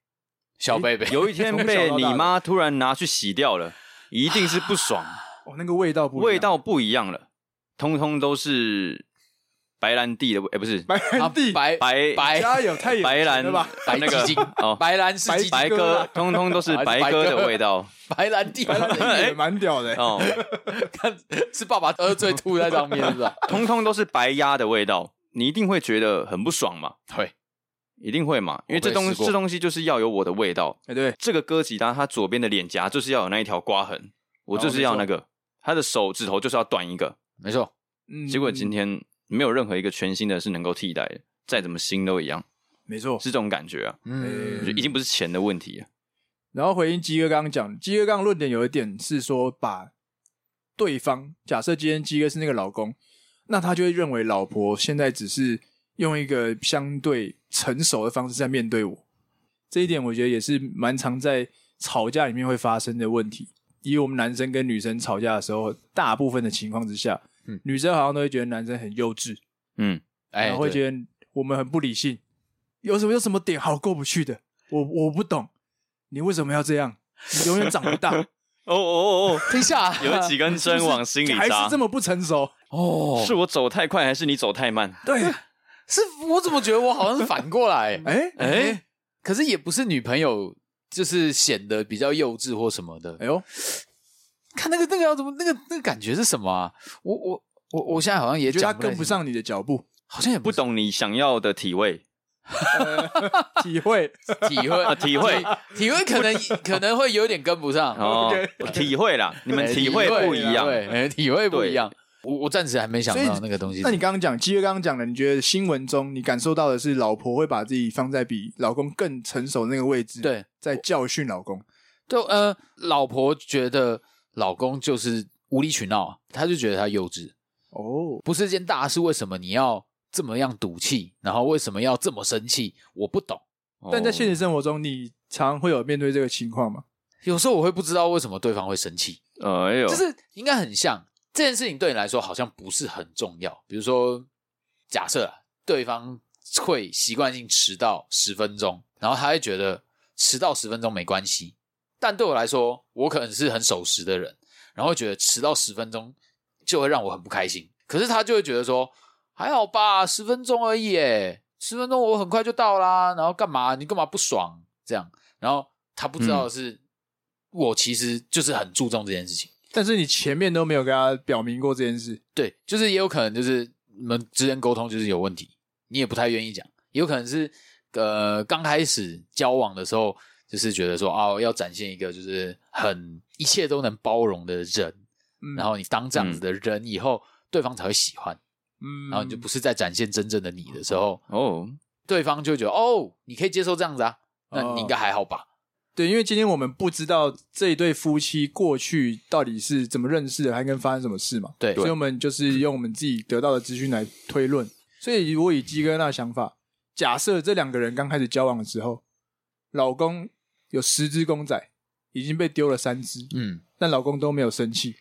Speaker 1: 小贝贝，
Speaker 3: 有 一天
Speaker 2: 从小
Speaker 3: 被
Speaker 2: 到
Speaker 3: 你
Speaker 2: 大的
Speaker 3: 妈突然拿去洗掉了，一定是不爽，
Speaker 2: 哦，那个味道不一样
Speaker 3: 味道不一样了，通通都是白兰地的味，哎、不是
Speaker 2: 白
Speaker 1: 啊
Speaker 2: 兰地，
Speaker 1: 白
Speaker 3: 白
Speaker 1: 白
Speaker 2: 加油，太有
Speaker 3: 白
Speaker 2: 钱
Speaker 3: 兰
Speaker 2: 了吧？
Speaker 1: 白
Speaker 3: 那
Speaker 1: 基
Speaker 3: 个
Speaker 1: 金
Speaker 3: 哦，
Speaker 1: 白兰是基金
Speaker 3: 白鸽，通通都是
Speaker 1: 还是白
Speaker 3: 白鸽
Speaker 1: 鸽
Speaker 3: 的味道
Speaker 1: 白兰地，
Speaker 2: 白兰 地也蛮屌的、欸，
Speaker 3: 哎哦，
Speaker 1: 看是爸爸喝醉吐在上面是吧？
Speaker 3: 通通都是白鸭的味道，你一定会觉得很不爽嘛，
Speaker 1: 会，
Speaker 3: 一定会嘛，因
Speaker 1: 我
Speaker 3: 为这
Speaker 1: 被
Speaker 3: 东
Speaker 1: 试过
Speaker 3: 这东西就是要有我的味道。
Speaker 2: 哎、对，
Speaker 3: 这个哥吉拉它左边的脸颊就是要有那一条刮痕，我就是要那个，他的手指头就是要断一个。
Speaker 1: 没错，
Speaker 2: 嗯
Speaker 3: 结果今天没有任何一个全新的是能够替代的，再怎么新都一样，
Speaker 2: 没错，
Speaker 3: 是这种感觉啊，
Speaker 1: 嗯
Speaker 3: 就，已经不是钱的问题了。
Speaker 2: 然后回应鸡哥刚刚讲，鸡哥刚刚论点有一点是说，把对方假设今天鸡哥是那个老公，那他就会认为老婆现在只是用一个相对成熟的方式在面对我。这一点我觉得也是蛮常在吵架里面会发生的问题。以我们男生跟女生吵架的时候，大部分的情况之下，
Speaker 1: 嗯
Speaker 2: 女生好像都会觉得男生很幼稚，
Speaker 3: 嗯，
Speaker 1: 哎
Speaker 2: 然，后会
Speaker 1: 对
Speaker 2: 觉得我们很不理性，有什么有什么点好过不去的，我我不懂，你为什么要这样？你永远长不大，
Speaker 3: 哦哦哦 哦，
Speaker 1: 等一下，
Speaker 3: 有几根针往心里
Speaker 2: 还
Speaker 3: 扎
Speaker 2: 是这，么不成熟。
Speaker 1: 哦，
Speaker 3: 是我走太快还是你走太慢？
Speaker 2: 对，
Speaker 1: 是我怎么觉得我好像是反过来？
Speaker 2: 哎
Speaker 1: 哎，可是也不是女朋友。就是显得比较幼稚或什么的
Speaker 2: 哎，呦，
Speaker 1: 看那个那个要怎么那个那个感觉是什么啊？我我我我现在好像也
Speaker 2: 觉得他
Speaker 1: 讲太
Speaker 2: 跟不
Speaker 1: 清
Speaker 2: 上你的脚步，
Speaker 1: 好像也
Speaker 3: 不懂你想要的体味，
Speaker 2: 体会。
Speaker 1: 体会
Speaker 3: 啊 体会
Speaker 1: 体会可能可能会有点跟不上，
Speaker 3: 哦
Speaker 2: OK
Speaker 3: 体 会啦，你们
Speaker 1: 哎
Speaker 3: 体会不一样。
Speaker 1: 对，哎体会不
Speaker 3: 对
Speaker 1: 一样。我我暂时还没想
Speaker 2: 所以
Speaker 1: 到那个东西。
Speaker 2: 那你刚刚讲，基哥刚刚讲的，你觉得新闻中你感受到的是老婆会把自己放在比老公更成熟的那个位置，，
Speaker 1: 对
Speaker 2: 在教训老公。
Speaker 1: 对呃，老婆觉得老公就是无理取闹啊，她就觉得他幼稚，
Speaker 2: 哦，
Speaker 1: 不是件大事，为什么你要这么样赌气？然后为什么要这么生气？我不懂。
Speaker 3: 哦
Speaker 2: 但在现实
Speaker 3: 实，
Speaker 2: 生活中，你常会有面对这个情况吗？
Speaker 1: 有时候我会不知道为什么对方会生气，
Speaker 3: 呃哎呦，
Speaker 1: 就是应该很像这件事情对你来说好像不是很重要。比如说，假设啊对方会习惯性迟到十分钟，然后他会觉得迟到十分钟没关系，但对我来说，我可能是很守时的人，然后觉得迟到十分钟就会让我很不开心。可是他就会觉得说，还好吧，十分钟而已，诶，十分钟我很快就到啦，然后干嘛？你干嘛不爽？这样，然后他不知道的是，我其实就是很注重这件事情。
Speaker 2: 但是你前面都没有跟他表明过这件事，
Speaker 1: 对，就是也有可能就是你们之间沟通就是有问题，你也不太愿意讲，也有可能是呃刚开始交往的时候，就是觉得说哦要展现一个就是很一切都能包容的人，
Speaker 2: 嗯
Speaker 1: 然后你当这样子的人以后，对方才会喜欢。
Speaker 2: 嗯，
Speaker 1: 然后你就不是在展现真正的你的时候，
Speaker 3: 哦，
Speaker 1: 对方就会觉得哦，你可以接受这样子啊，那你应
Speaker 2: 哦
Speaker 1: 该还好吧？
Speaker 2: 对，因为今天我们不知道这一对夫妻过去到底是怎么认识的，还跟发生什么事嘛，
Speaker 1: 对
Speaker 2: 所以我们就是用我们自己得到的资讯来推论。所以如果以鸡哥那想法，假设这两个人刚开始交往的时候，老公有十只公仔，已经被丢了三只，
Speaker 1: 嗯，
Speaker 2: 但老公都没有生气，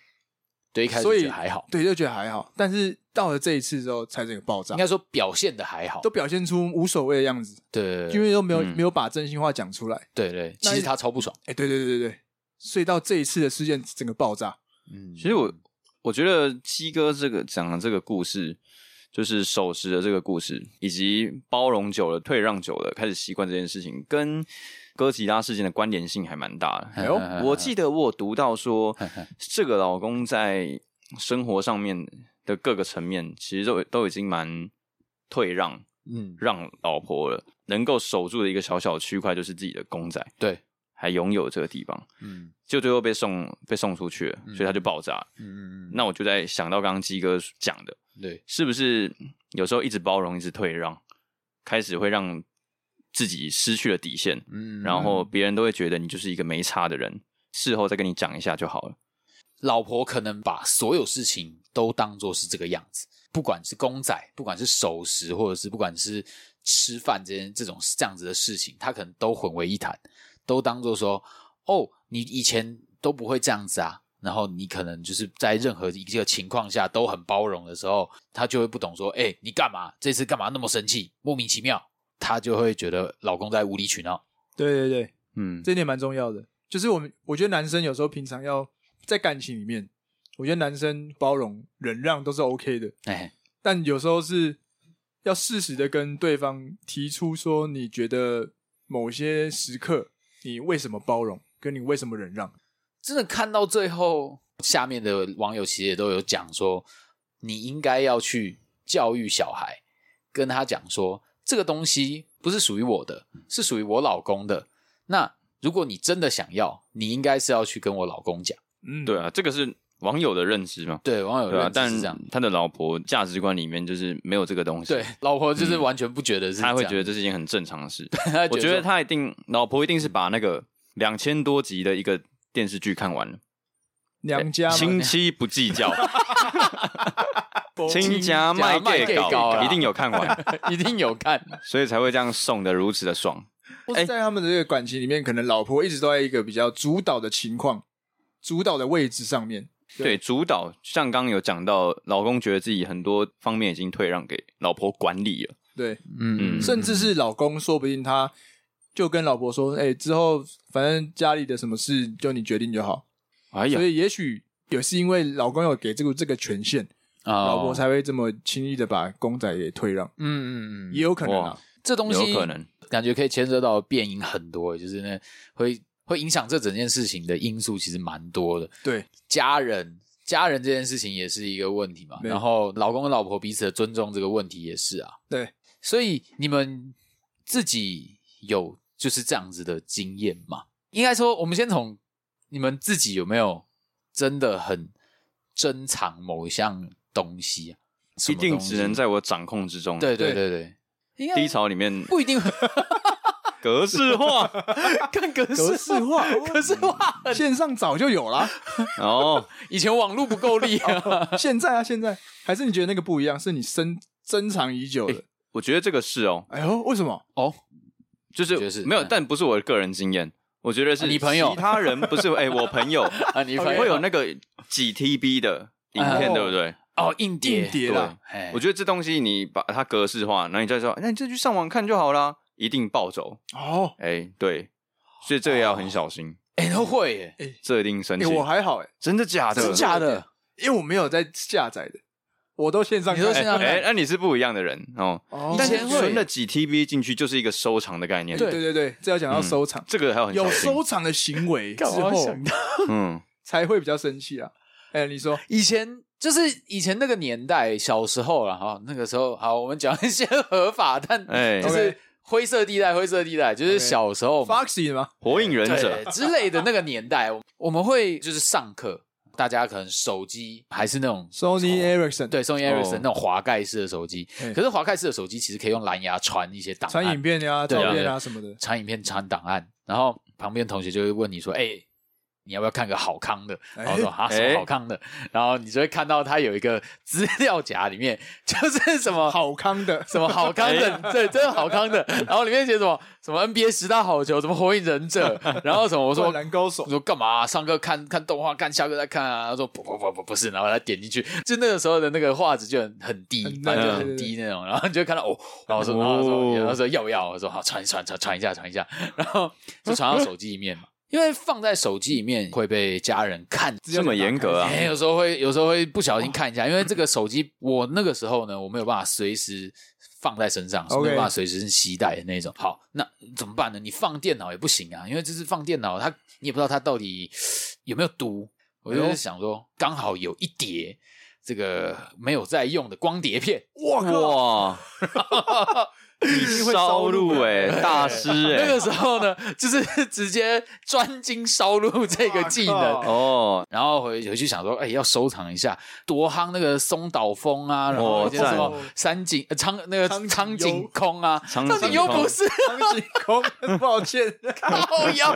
Speaker 1: 对，一开始
Speaker 2: 所以
Speaker 1: 觉得还好，
Speaker 2: 对，就觉得还好。但是到了这一次之后，才整个爆炸
Speaker 1: 应，该说表现的还好
Speaker 2: 啊都。表现出无所谓的样子，
Speaker 1: 对对
Speaker 2: 因
Speaker 1: 对
Speaker 2: 为都没有、
Speaker 3: 嗯
Speaker 2: 没有把真心话讲出来。
Speaker 1: 对对，其
Speaker 2: 那
Speaker 1: 实他超不爽。
Speaker 2: 哎，对对对对对，所以到这一次的事件整个爆炸，
Speaker 1: 嗯，
Speaker 3: 其实我我觉得鸡哥这个讲的这个故事，就是守时的这个故事，以及包容久了、退让久了，开始习惯这件事情，跟哥吉拉事件的关联性还蛮大的。
Speaker 1: 哎
Speaker 2: 呦
Speaker 3: 我记得我有读到说
Speaker 1: 嘿嘿，
Speaker 3: 这个老公在生活上面的各个层面，其实都都已经蛮退让
Speaker 1: 嗯，
Speaker 3: 让老婆了，能够守住的一个小小区块就是自己的公仔，
Speaker 1: 对，
Speaker 3: 还拥有这个地方，
Speaker 1: 嗯
Speaker 3: 就最后被送被送出去了，所以他就爆炸了。
Speaker 1: 嗯嗯嗯，
Speaker 3: 那我就在想到刚刚鸡哥讲的，
Speaker 1: 对，
Speaker 3: 是不是有时候一直包容，一直退让，开始会让自己失去了底线，
Speaker 1: 嗯，
Speaker 3: 然后别人都会觉得你就是一个没差的人，事后再跟你讲一下就好了。
Speaker 1: 老婆可能把所有事情都当做是这个样子，不管是公仔，不管是守时，或者是不管是吃饭这件这种这样子的事情，她可能都混为一谈，都当做说哦，你以前都不会这样子啊。然后你可能就是在任何一个情况下都很包容的时候，她就会不懂说，哎、你干嘛？这次干嘛那么生气？莫名其妙，她就会觉得老公在无理取闹。
Speaker 2: 对对对。
Speaker 3: 嗯，
Speaker 2: 这一点蛮重要的。就是我们，我觉得男生有时候平常要在感情里面，我觉得男生包容、忍让都是 OK 的，
Speaker 1: 哎，
Speaker 2: 但有时候是要适时的跟对方提出说，你觉得某些时刻你为什么包容，跟你为什么忍让。
Speaker 1: 真的看到最后，下面的网友其实也都有讲说，你应该要去教育小孩，跟他讲说，这个东西不是属于我的，是属于我老公的。那如果你真的想要，你应该是要去跟我老公讲。
Speaker 2: 嗯，
Speaker 3: 对，啊，这个是网友的认知嘛，
Speaker 1: 对，网友
Speaker 3: 对啊
Speaker 1: 认，知
Speaker 3: 但
Speaker 1: 是这样。
Speaker 3: 他的老婆价值观里面就是没有这个东西，
Speaker 1: 对，，老婆就是完全不觉得是这
Speaker 3: 他
Speaker 1: 样，
Speaker 3: 会觉得这是一件很正常的事。
Speaker 1: 她
Speaker 3: 我
Speaker 1: 会
Speaker 3: 觉
Speaker 1: 觉
Speaker 3: 得
Speaker 1: 得说
Speaker 3: 他一定，老婆一定是把那个两千多集的一个电视剧看完了。
Speaker 2: 娘家嘛
Speaker 3: 哎亲戚不计较，
Speaker 2: 不
Speaker 3: 亲家卖给
Speaker 1: 卖给搞
Speaker 3: 搞，
Speaker 1: 啊
Speaker 3: 一定有看完，
Speaker 1: 一定有看，
Speaker 3: 所以才会这样送的如此的爽。
Speaker 2: 或
Speaker 3: 哎
Speaker 2: 是在他们的这个感情里面，可能老婆一直都在一个比较主导的情况、主导的位置上面。
Speaker 3: 对，主导像刚刚有讲到，老公觉得自己很多方面已经退让给老婆管理了，
Speaker 2: 对，
Speaker 1: 嗯
Speaker 2: 甚至是老公，说不定他就跟老婆说：“哎、之后反正家里的什么事就你决定就好。
Speaker 3: 哎呀
Speaker 2: 所，以也许也是因为老公有给这个这个权限，
Speaker 3: 哦
Speaker 2: 老婆才会这么轻易的把公仔给退让，
Speaker 1: 哦嗯嗯嗯，
Speaker 2: 也有可能啊
Speaker 3: 哇。
Speaker 1: 这东西
Speaker 3: 有可能，
Speaker 1: 感觉可以牵涉到变因很多，就是呢会会影响这整件事情的因素其实蛮多的。
Speaker 2: 对，
Speaker 1: 家人，家人这件事情也是一个问题嘛。
Speaker 2: 对
Speaker 1: 然后老公跟老婆彼此的尊重这个问题也是啊。
Speaker 2: 对，
Speaker 1: 所以你们自己有就是这样子的经验吗？应该说，我们先从你们自己有没有真的很珍藏某一项东西啊？什
Speaker 3: 一
Speaker 1: 么东西
Speaker 3: 定只能在我掌控之中。
Speaker 1: 对对对对，应该
Speaker 3: 低潮里面
Speaker 1: 不一 定会
Speaker 3: 格 式化，
Speaker 1: 看格
Speaker 2: 格式化，
Speaker 1: 格式化很
Speaker 2: 线上早就有啦，
Speaker 3: 哦，
Speaker 1: 以前网络不够力啊。
Speaker 2: 现在啊，现在还是你觉得那个不一样，是你深珍藏已久的。
Speaker 3: 我觉得这个是哦，
Speaker 2: 哎呦，为什么？
Speaker 1: 哦，
Speaker 3: 就
Speaker 1: 觉得
Speaker 3: 是
Speaker 1: 是
Speaker 3: 没有，
Speaker 1: 嗯
Speaker 3: 但不是我的个人经验，我觉得是
Speaker 1: 啊你朋友
Speaker 3: 其他人不是哎，我朋友
Speaker 1: 啊， 你
Speaker 3: 会有那个几 TB 的影片，
Speaker 2: 哦
Speaker 3: 对不对？
Speaker 1: 哦硬碟哎
Speaker 2: 硬碟啦
Speaker 1: 对
Speaker 3: 我
Speaker 1: 我
Speaker 3: 觉得这东西你把它格式化，然后你再说，那你就去上网看就好啦，一定暴走。
Speaker 2: 哦，
Speaker 3: 哎、对，所以这个要很小心，
Speaker 1: 哎都会耶，
Speaker 3: 这一定生
Speaker 2: 哎、
Speaker 3: 气。
Speaker 2: 我还好哎、
Speaker 3: 真的假的？
Speaker 1: 啊真假的？
Speaker 2: 因为我没有在下载的，我都线上
Speaker 1: 你
Speaker 2: 看。
Speaker 1: 都
Speaker 3: 哎
Speaker 1: 线上
Speaker 3: 哎、那你是不一样的人哦。
Speaker 2: 哦
Speaker 3: 但
Speaker 1: 以
Speaker 3: 是
Speaker 1: 前会
Speaker 3: 存了几 TB 进去就是一个收藏的概念，
Speaker 2: 对，对对，这要
Speaker 1: 嗯
Speaker 2: 讲到收藏，
Speaker 3: 这个还
Speaker 1: 哦
Speaker 3: 要很小
Speaker 2: 有
Speaker 3: 心。
Speaker 2: 收藏的行为之
Speaker 1: 干嘛
Speaker 2: 后
Speaker 1: 想到
Speaker 3: 嗯，
Speaker 2: 才会比较生气啊。哎，你说
Speaker 1: 以前就是以前那个年代，小时候了哈，那个时候好，我们讲一些合法，但
Speaker 3: 哎、
Speaker 1: 就
Speaker 2: OK
Speaker 1: 是灰色地带，灰色地带就是小时候嘛
Speaker 2: Foxy 吗？
Speaker 3: 火影忍者
Speaker 1: 对之类的那个年代，我我们会就是上课。大家可能手机还是那种
Speaker 2: Sony Ericsson
Speaker 1: 对 Sony Ericsson
Speaker 3: 哦
Speaker 1: 那种滑盖式的手机，
Speaker 2: 嗯
Speaker 1: 可是滑盖式的手机其实可以用蓝牙传一些档
Speaker 2: 传影
Speaker 1: 案、
Speaker 2: 片呀、
Speaker 1: 对啊
Speaker 2: 照片
Speaker 1: 对
Speaker 2: 啊
Speaker 1: 啊
Speaker 2: 什么的，
Speaker 1: 传影片、传档案，然后旁边同学就会问你说：“哎、你要不要看个好康的？”
Speaker 2: 哎
Speaker 1: 然后说：“啊，什么好康的？”然后你就会看到他有一个资料夹，里面就是什么
Speaker 2: 好哎康的
Speaker 1: 哦什么好康的，对，真的好康的。然后里面写什么什么 NBA 十大好球，什么火影忍者，然后什么我
Speaker 2: 我
Speaker 1: 说
Speaker 2: 蓝高手
Speaker 1: 我，说干嘛、上课看看动画，看下课再看啊。他说不不不不不是，然后他点进去，就那个时候的那个画质就很很低，
Speaker 2: 很
Speaker 1: 反正就
Speaker 3: 烂
Speaker 1: 很低那种。然后你就会看到哦，然后我说
Speaker 3: 哦
Speaker 1: 然后他说然后说要不要？我说好传一传传传一下传一下，然后就传到手机里面
Speaker 2: 哦
Speaker 1: 嘛。因为放在手机里面会被家人看
Speaker 3: 这么严格啊
Speaker 1: 哎、有时候会，有时候会不小心看一下，因为这个手机，我那个时候呢，我没有办法随时放在身上，是
Speaker 2: OK
Speaker 1: 没有办法随时携带的那种。好，那怎么办呢？你放电脑也不行啊，因为这是放电脑，它你也不知道它到底 有没有毒。我就
Speaker 2: 哎呦
Speaker 1: 是想说，刚好有一叠这个没有在用的光碟片，
Speaker 2: 哇靠，
Speaker 3: 哇，
Speaker 2: 一定会
Speaker 3: 烧
Speaker 2: 录
Speaker 3: 录哎，大师
Speaker 1: 那
Speaker 3: 哎
Speaker 1: 个，时候呢， 就是直接专精烧录这个技
Speaker 2: 哇靠
Speaker 1: 能。
Speaker 3: 哦，
Speaker 1: 然后回回去想说，哎、要收藏一下，多夯那个松岛枫啊，然
Speaker 3: 哦
Speaker 1: 后一些什么
Speaker 2: 赞
Speaker 1: 苍井、呃苍那个
Speaker 2: 苍井
Speaker 1: 苍
Speaker 2: 优
Speaker 1: 井空啊，
Speaker 3: 苍
Speaker 1: 苍
Speaker 3: 井
Speaker 1: 井优
Speaker 3: 空
Speaker 1: 不是
Speaker 2: 苍井空，抱歉，
Speaker 1: 靠腰，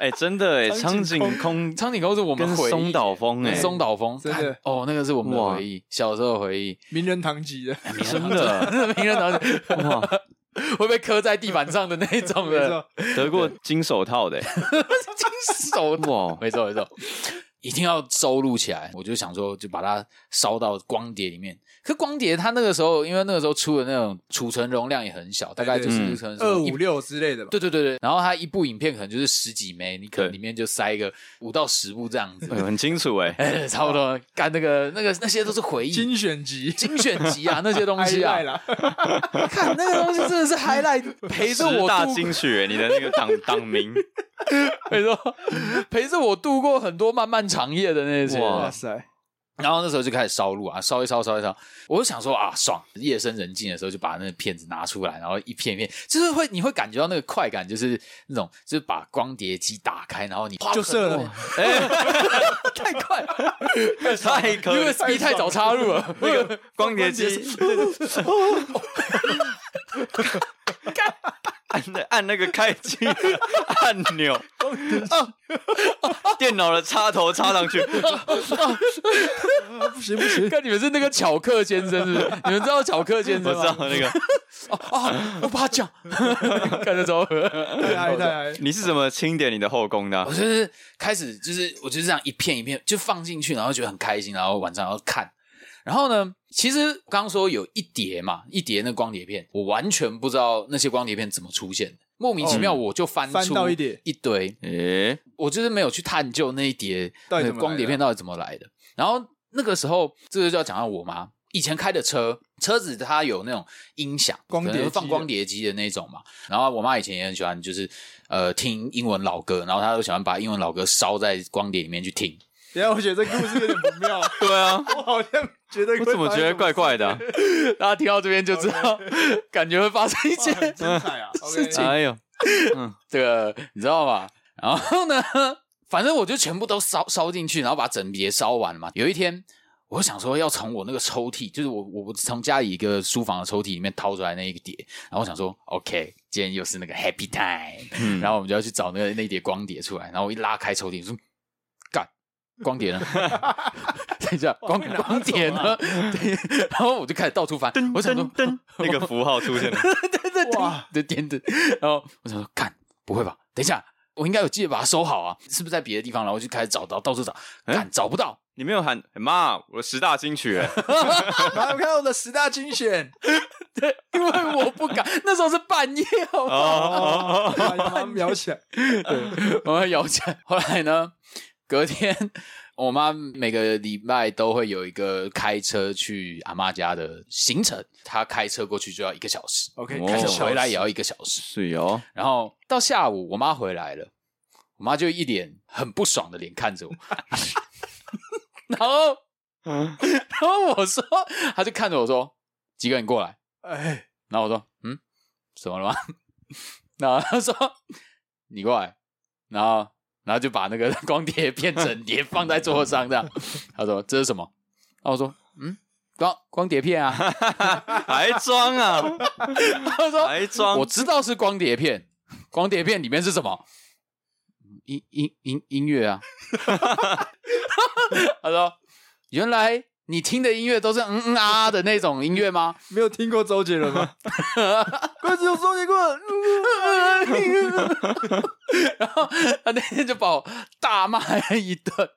Speaker 3: 哎，真的哎，
Speaker 2: 苍
Speaker 3: 苍
Speaker 2: 井
Speaker 3: 井
Speaker 2: 空
Speaker 3: 空
Speaker 1: 苍井空是我们
Speaker 3: 跟
Speaker 1: 回忆
Speaker 3: 松岛枫哎，
Speaker 1: 跟松岛枫
Speaker 2: 真的
Speaker 1: 干哦，那个是我们的
Speaker 3: 哇
Speaker 1: 回忆，小时候的回忆，
Speaker 2: 名人堂级 的，
Speaker 3: 真的
Speaker 1: 名人堂
Speaker 3: 哇，
Speaker 1: 会被磕在地板上的那一种
Speaker 2: 没
Speaker 1: 的
Speaker 2: 错，
Speaker 3: 得过金手套 的哎，
Speaker 1: 金手套，
Speaker 3: 哇，
Speaker 1: 没错没错，一定要收录起来。我就想说，就把它烧到光碟里面。可光碟它那个时候，因为那个时候出的那种储存容量也很小，大概就是
Speaker 3: 嗯
Speaker 1: 可能什
Speaker 2: 二
Speaker 1: 么一
Speaker 2: 五六之类的吧。
Speaker 1: 对对对对，然后它一部影片可能就是十几枚，你可能
Speaker 3: 对
Speaker 1: 里面就塞一个五到十部这样子，
Speaker 3: 哎呦很清楚哎，
Speaker 1: 哎，差不多。干那个那个那些都是回忆精
Speaker 2: 精选集，
Speaker 1: 选集啊，那些东 西啊
Speaker 2: 爱赖，啦，
Speaker 1: 看那个东西 真的是 highlight 陪着
Speaker 3: 十
Speaker 1: 我
Speaker 3: 大
Speaker 1: 度
Speaker 3: 金曲哎，你的那个 党党名
Speaker 1: 陪着陪着我度过很多漫漫长夜的那些。
Speaker 3: 哇
Speaker 2: 哇塞，
Speaker 1: 然后那时候就开始烧录啊，烧一烧，烧一烧。我就想说啊，爽！夜深人静的时候，就把那个片子拿出来，然后一片一片，就是会你会感觉到那个快感，就是那种就是把光碟机打开，然后你
Speaker 2: 就射了，
Speaker 1: 啊太快了，
Speaker 3: 太可以
Speaker 1: USB 太早插入 了，那个
Speaker 3: 光碟机， 按那按那个开机按钮，啊电脑的插头插上去，
Speaker 2: 啊 不行不 行，
Speaker 1: 看你们是那个巧克先生是不是？你们知道巧克先
Speaker 3: 我
Speaker 1: 生
Speaker 3: 知道
Speaker 1: 吗？
Speaker 3: 那个
Speaker 1: 啊，我把奖， 看得着。
Speaker 2: 太爱太爱，
Speaker 3: 你是怎么清点你的后宫的啊
Speaker 1: 我？就是开始就是我就是这样一片一片就放进去，然后觉得很开心，然后晚上要看。然后呢，其实刚刚说有一叠嘛，一叠那光碟片，我完全不知道那些光碟片怎么出现的，莫名其妙我就翻
Speaker 2: 嗯翻
Speaker 1: 出
Speaker 2: 到一叠
Speaker 1: 一堆，
Speaker 3: 诶，
Speaker 1: 我就是没有去探究那一叠
Speaker 2: 到底
Speaker 1: 那
Speaker 2: 怎么来的
Speaker 1: 个光碟片到底怎么来的。然后那个时候，这个就要讲到我妈以前开的车，车子它有那种音响，
Speaker 2: 光碟机的
Speaker 1: 可能放光碟机的那种嘛。然后我妈以前也很喜欢，就是呃听英文老歌，然后她就喜欢把英文老歌烧在光碟里面去听。
Speaker 2: 等一下我觉得这故事有点不妙，
Speaker 3: 对啊，
Speaker 2: 我好像觉得会
Speaker 3: 我怎么觉得怪怪的啊？
Speaker 1: 大家听到这边就知道， 感觉会发生一
Speaker 2: 发生什么
Speaker 1: 些
Speaker 2: 事？哇很精彩啊，
Speaker 1: 事情
Speaker 3: 哎呦，
Speaker 1: 这个你知道吧？然后呢， 反正我就全部都烧烧进去，然后把整碟烧完了嘛。有一天，我想说要从我那个抽屉，就是我我我从家里一个书房的抽屉里面掏出来那一个碟，然后我想说，OK，今天又是那个 Happy Time，、
Speaker 3: 嗯
Speaker 1: 然后我们就要去找那个那一叠光碟出来。然后我一拉开抽屉，我说干。光碟呢？ 等一下， 光
Speaker 2: 被拿走
Speaker 1: 光碟呢？ 对然后我就开始到处翻，我想说，
Speaker 3: 啊噔，那个符号出现了，
Speaker 2: 哇，
Speaker 1: 的点的，然后我想说，看不会吧？等一下，我应该有记得把它收好啊，是不是在别的地方？然后我就开始找到，到处找，看找不到，
Speaker 3: 你没有喊妈，我的十大金曲哎，
Speaker 2: 来我看我的十大精 选，
Speaker 1: 因为我不敢，那时候是半夜，好吧，
Speaker 3: 哦，
Speaker 2: 把 它描起来，
Speaker 1: 我要摇起来。 后来呢，隔天。我妈每个礼拜都会有一个开车去阿妈家的行程，她开车过去就要一个小时
Speaker 2: OK，
Speaker 3: 哦
Speaker 2: 开
Speaker 1: 开
Speaker 2: 始
Speaker 1: 车
Speaker 2: 小
Speaker 1: 回来也要一个小时。
Speaker 3: 是哦，
Speaker 1: 然后到下午，我妈回来了，我妈就一脸很不爽的脸看着我，然后， 然后我说，她就看着我说：“几个你过来。
Speaker 2: 哎，”
Speaker 1: 然后我说：“嗯， 怎么了吗？”然后她说：“你过来。”然后然后就把那个 光碟片整碟放在桌上，这样。他说这是什么？然后我说嗯，光光碟片啊。
Speaker 3: 还装啊，
Speaker 1: 他说
Speaker 3: 还装，
Speaker 1: 我知道是光碟片，光碟片里面是什么？音音音音乐啊！ 他说：“原来你听的音乐都是嗯嗯啊啊的那种音乐吗
Speaker 2: 没有听过周杰伦 吗？快只有周杰伦，嗯？”
Speaker 1: 然后他那天就把我大骂一顿，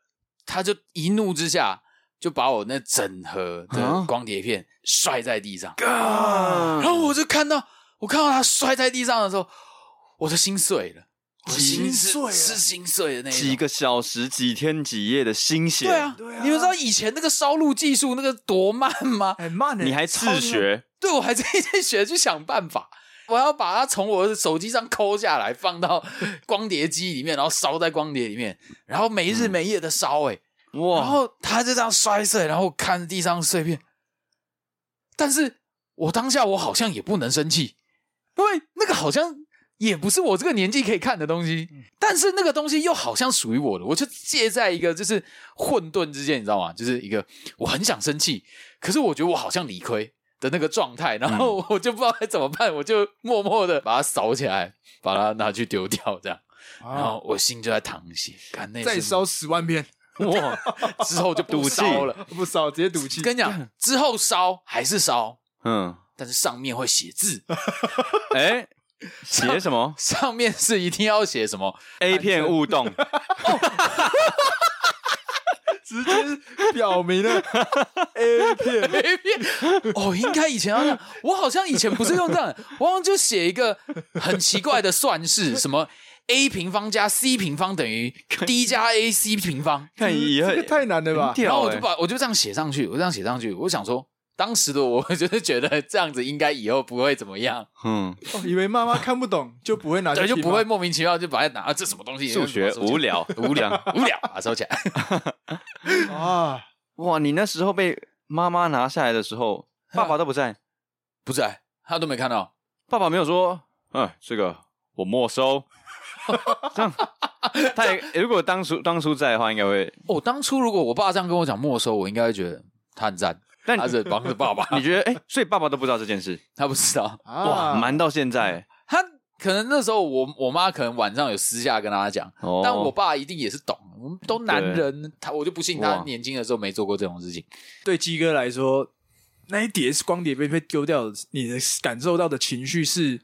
Speaker 1: 他就一怒之下就把我那整盒的光碟片摔在地上。
Speaker 3: 嗯
Speaker 1: 然后我就看到，我看到他摔在地上的时候，我的心碎了，我的心是
Speaker 2: 心碎了
Speaker 1: 是心碎的那一种
Speaker 3: 几个小时、几天、几夜的心血，
Speaker 1: 对啊，
Speaker 2: 对啊
Speaker 1: 你们知道以前那个烧录技术那个多慢吗？
Speaker 2: 很哎慢欸呢，
Speaker 3: 你还
Speaker 2: 超
Speaker 3: 自学，
Speaker 1: 对我还在 在学去想办法，我要把它从我的手机上抠下来，放到光碟机里面，然后烧在光碟里面，然后没日没夜的烧、欸，然
Speaker 3: 哇，
Speaker 1: 后它就这样摔碎，然后我看着地上碎片，但是我当下我好像也不能生气，因为那个好像。也不是我这个年纪可以看的东西，但是那个东西又好像属于我的，我就介在一个就是混沌之间，你知道吗？就是一个我很想生气，可是我觉得我好像理亏的那个状态，然
Speaker 2: 嗯
Speaker 1: 后我就不知道该怎么办，我就默默的把它扫起来，把它拿去丢掉，这样，然
Speaker 2: 啊
Speaker 1: 后我心就在淌血，看那
Speaker 2: 再
Speaker 1: 是
Speaker 2: 烧十万遍，
Speaker 1: 哇，之后就不
Speaker 3: 赌气
Speaker 1: 烧了。
Speaker 2: 不烧直接赌 气。
Speaker 1: 跟你 讲，之后烧还是烧，
Speaker 3: 嗯，
Speaker 1: 但是上面会写字，
Speaker 3: 哎，写什么
Speaker 1: 上面是一定要写什 么？
Speaker 3: ？A 片勿动，
Speaker 2: 直接表明 了 A 片，
Speaker 1: 没变哦，应该以前要这样，我好像以前不是用这样，我好像就写一个很奇怪的算式，什么 a 平方加 c 平方等于 d 加 a c 平方，
Speaker 3: 看哎以后
Speaker 2: 这个太难了 吧
Speaker 3: 很？
Speaker 1: 然后
Speaker 3: 屌
Speaker 1: 我就
Speaker 3: 哎，
Speaker 1: 把我就这样写上去，我这样写上去，我想说。当时的我就是觉得这样子应该以后不会怎么样，
Speaker 3: 嗯，
Speaker 2: 哦以为妈妈看不懂就不
Speaker 3: 啊
Speaker 2: 会拿去
Speaker 1: 对，就
Speaker 2: 听
Speaker 1: 不
Speaker 2: 吗
Speaker 1: 会莫名其妙就把它拿、啊、这什么东西，
Speaker 3: 数学无
Speaker 1: 聊
Speaker 3: 聊，无聊，
Speaker 1: 无聊，把它收起来。
Speaker 2: 啊。
Speaker 3: 哇，你那时候被妈妈拿下来的时候， 爸爸都不在，
Speaker 1: 不是、哎他都没看到，
Speaker 3: 爸爸没有说，嗯，这个我 没收，这样，他也如果当初当初在的话，应该会，
Speaker 1: 哦，当初如果我爸这样跟我讲没收，我应该会觉得他很 赞，
Speaker 3: 但
Speaker 1: 他是帮着爸爸，
Speaker 3: 你觉得，哎，所以爸爸都不知道这件事，
Speaker 1: 他不知道，
Speaker 3: 哇，
Speaker 2: 啊，
Speaker 3: 瞒到现在，
Speaker 1: 他可能那时候我我妈可能晚上有私下跟他讲，
Speaker 3: 哦，
Speaker 1: 但我爸一定也是懂，我们都男人，他我就不信他
Speaker 3: 哇
Speaker 1: 年轻的时候没做过这种事情。
Speaker 2: 对鸡哥来说，那一叠是光碟被被丢掉的，你的感受到的情绪是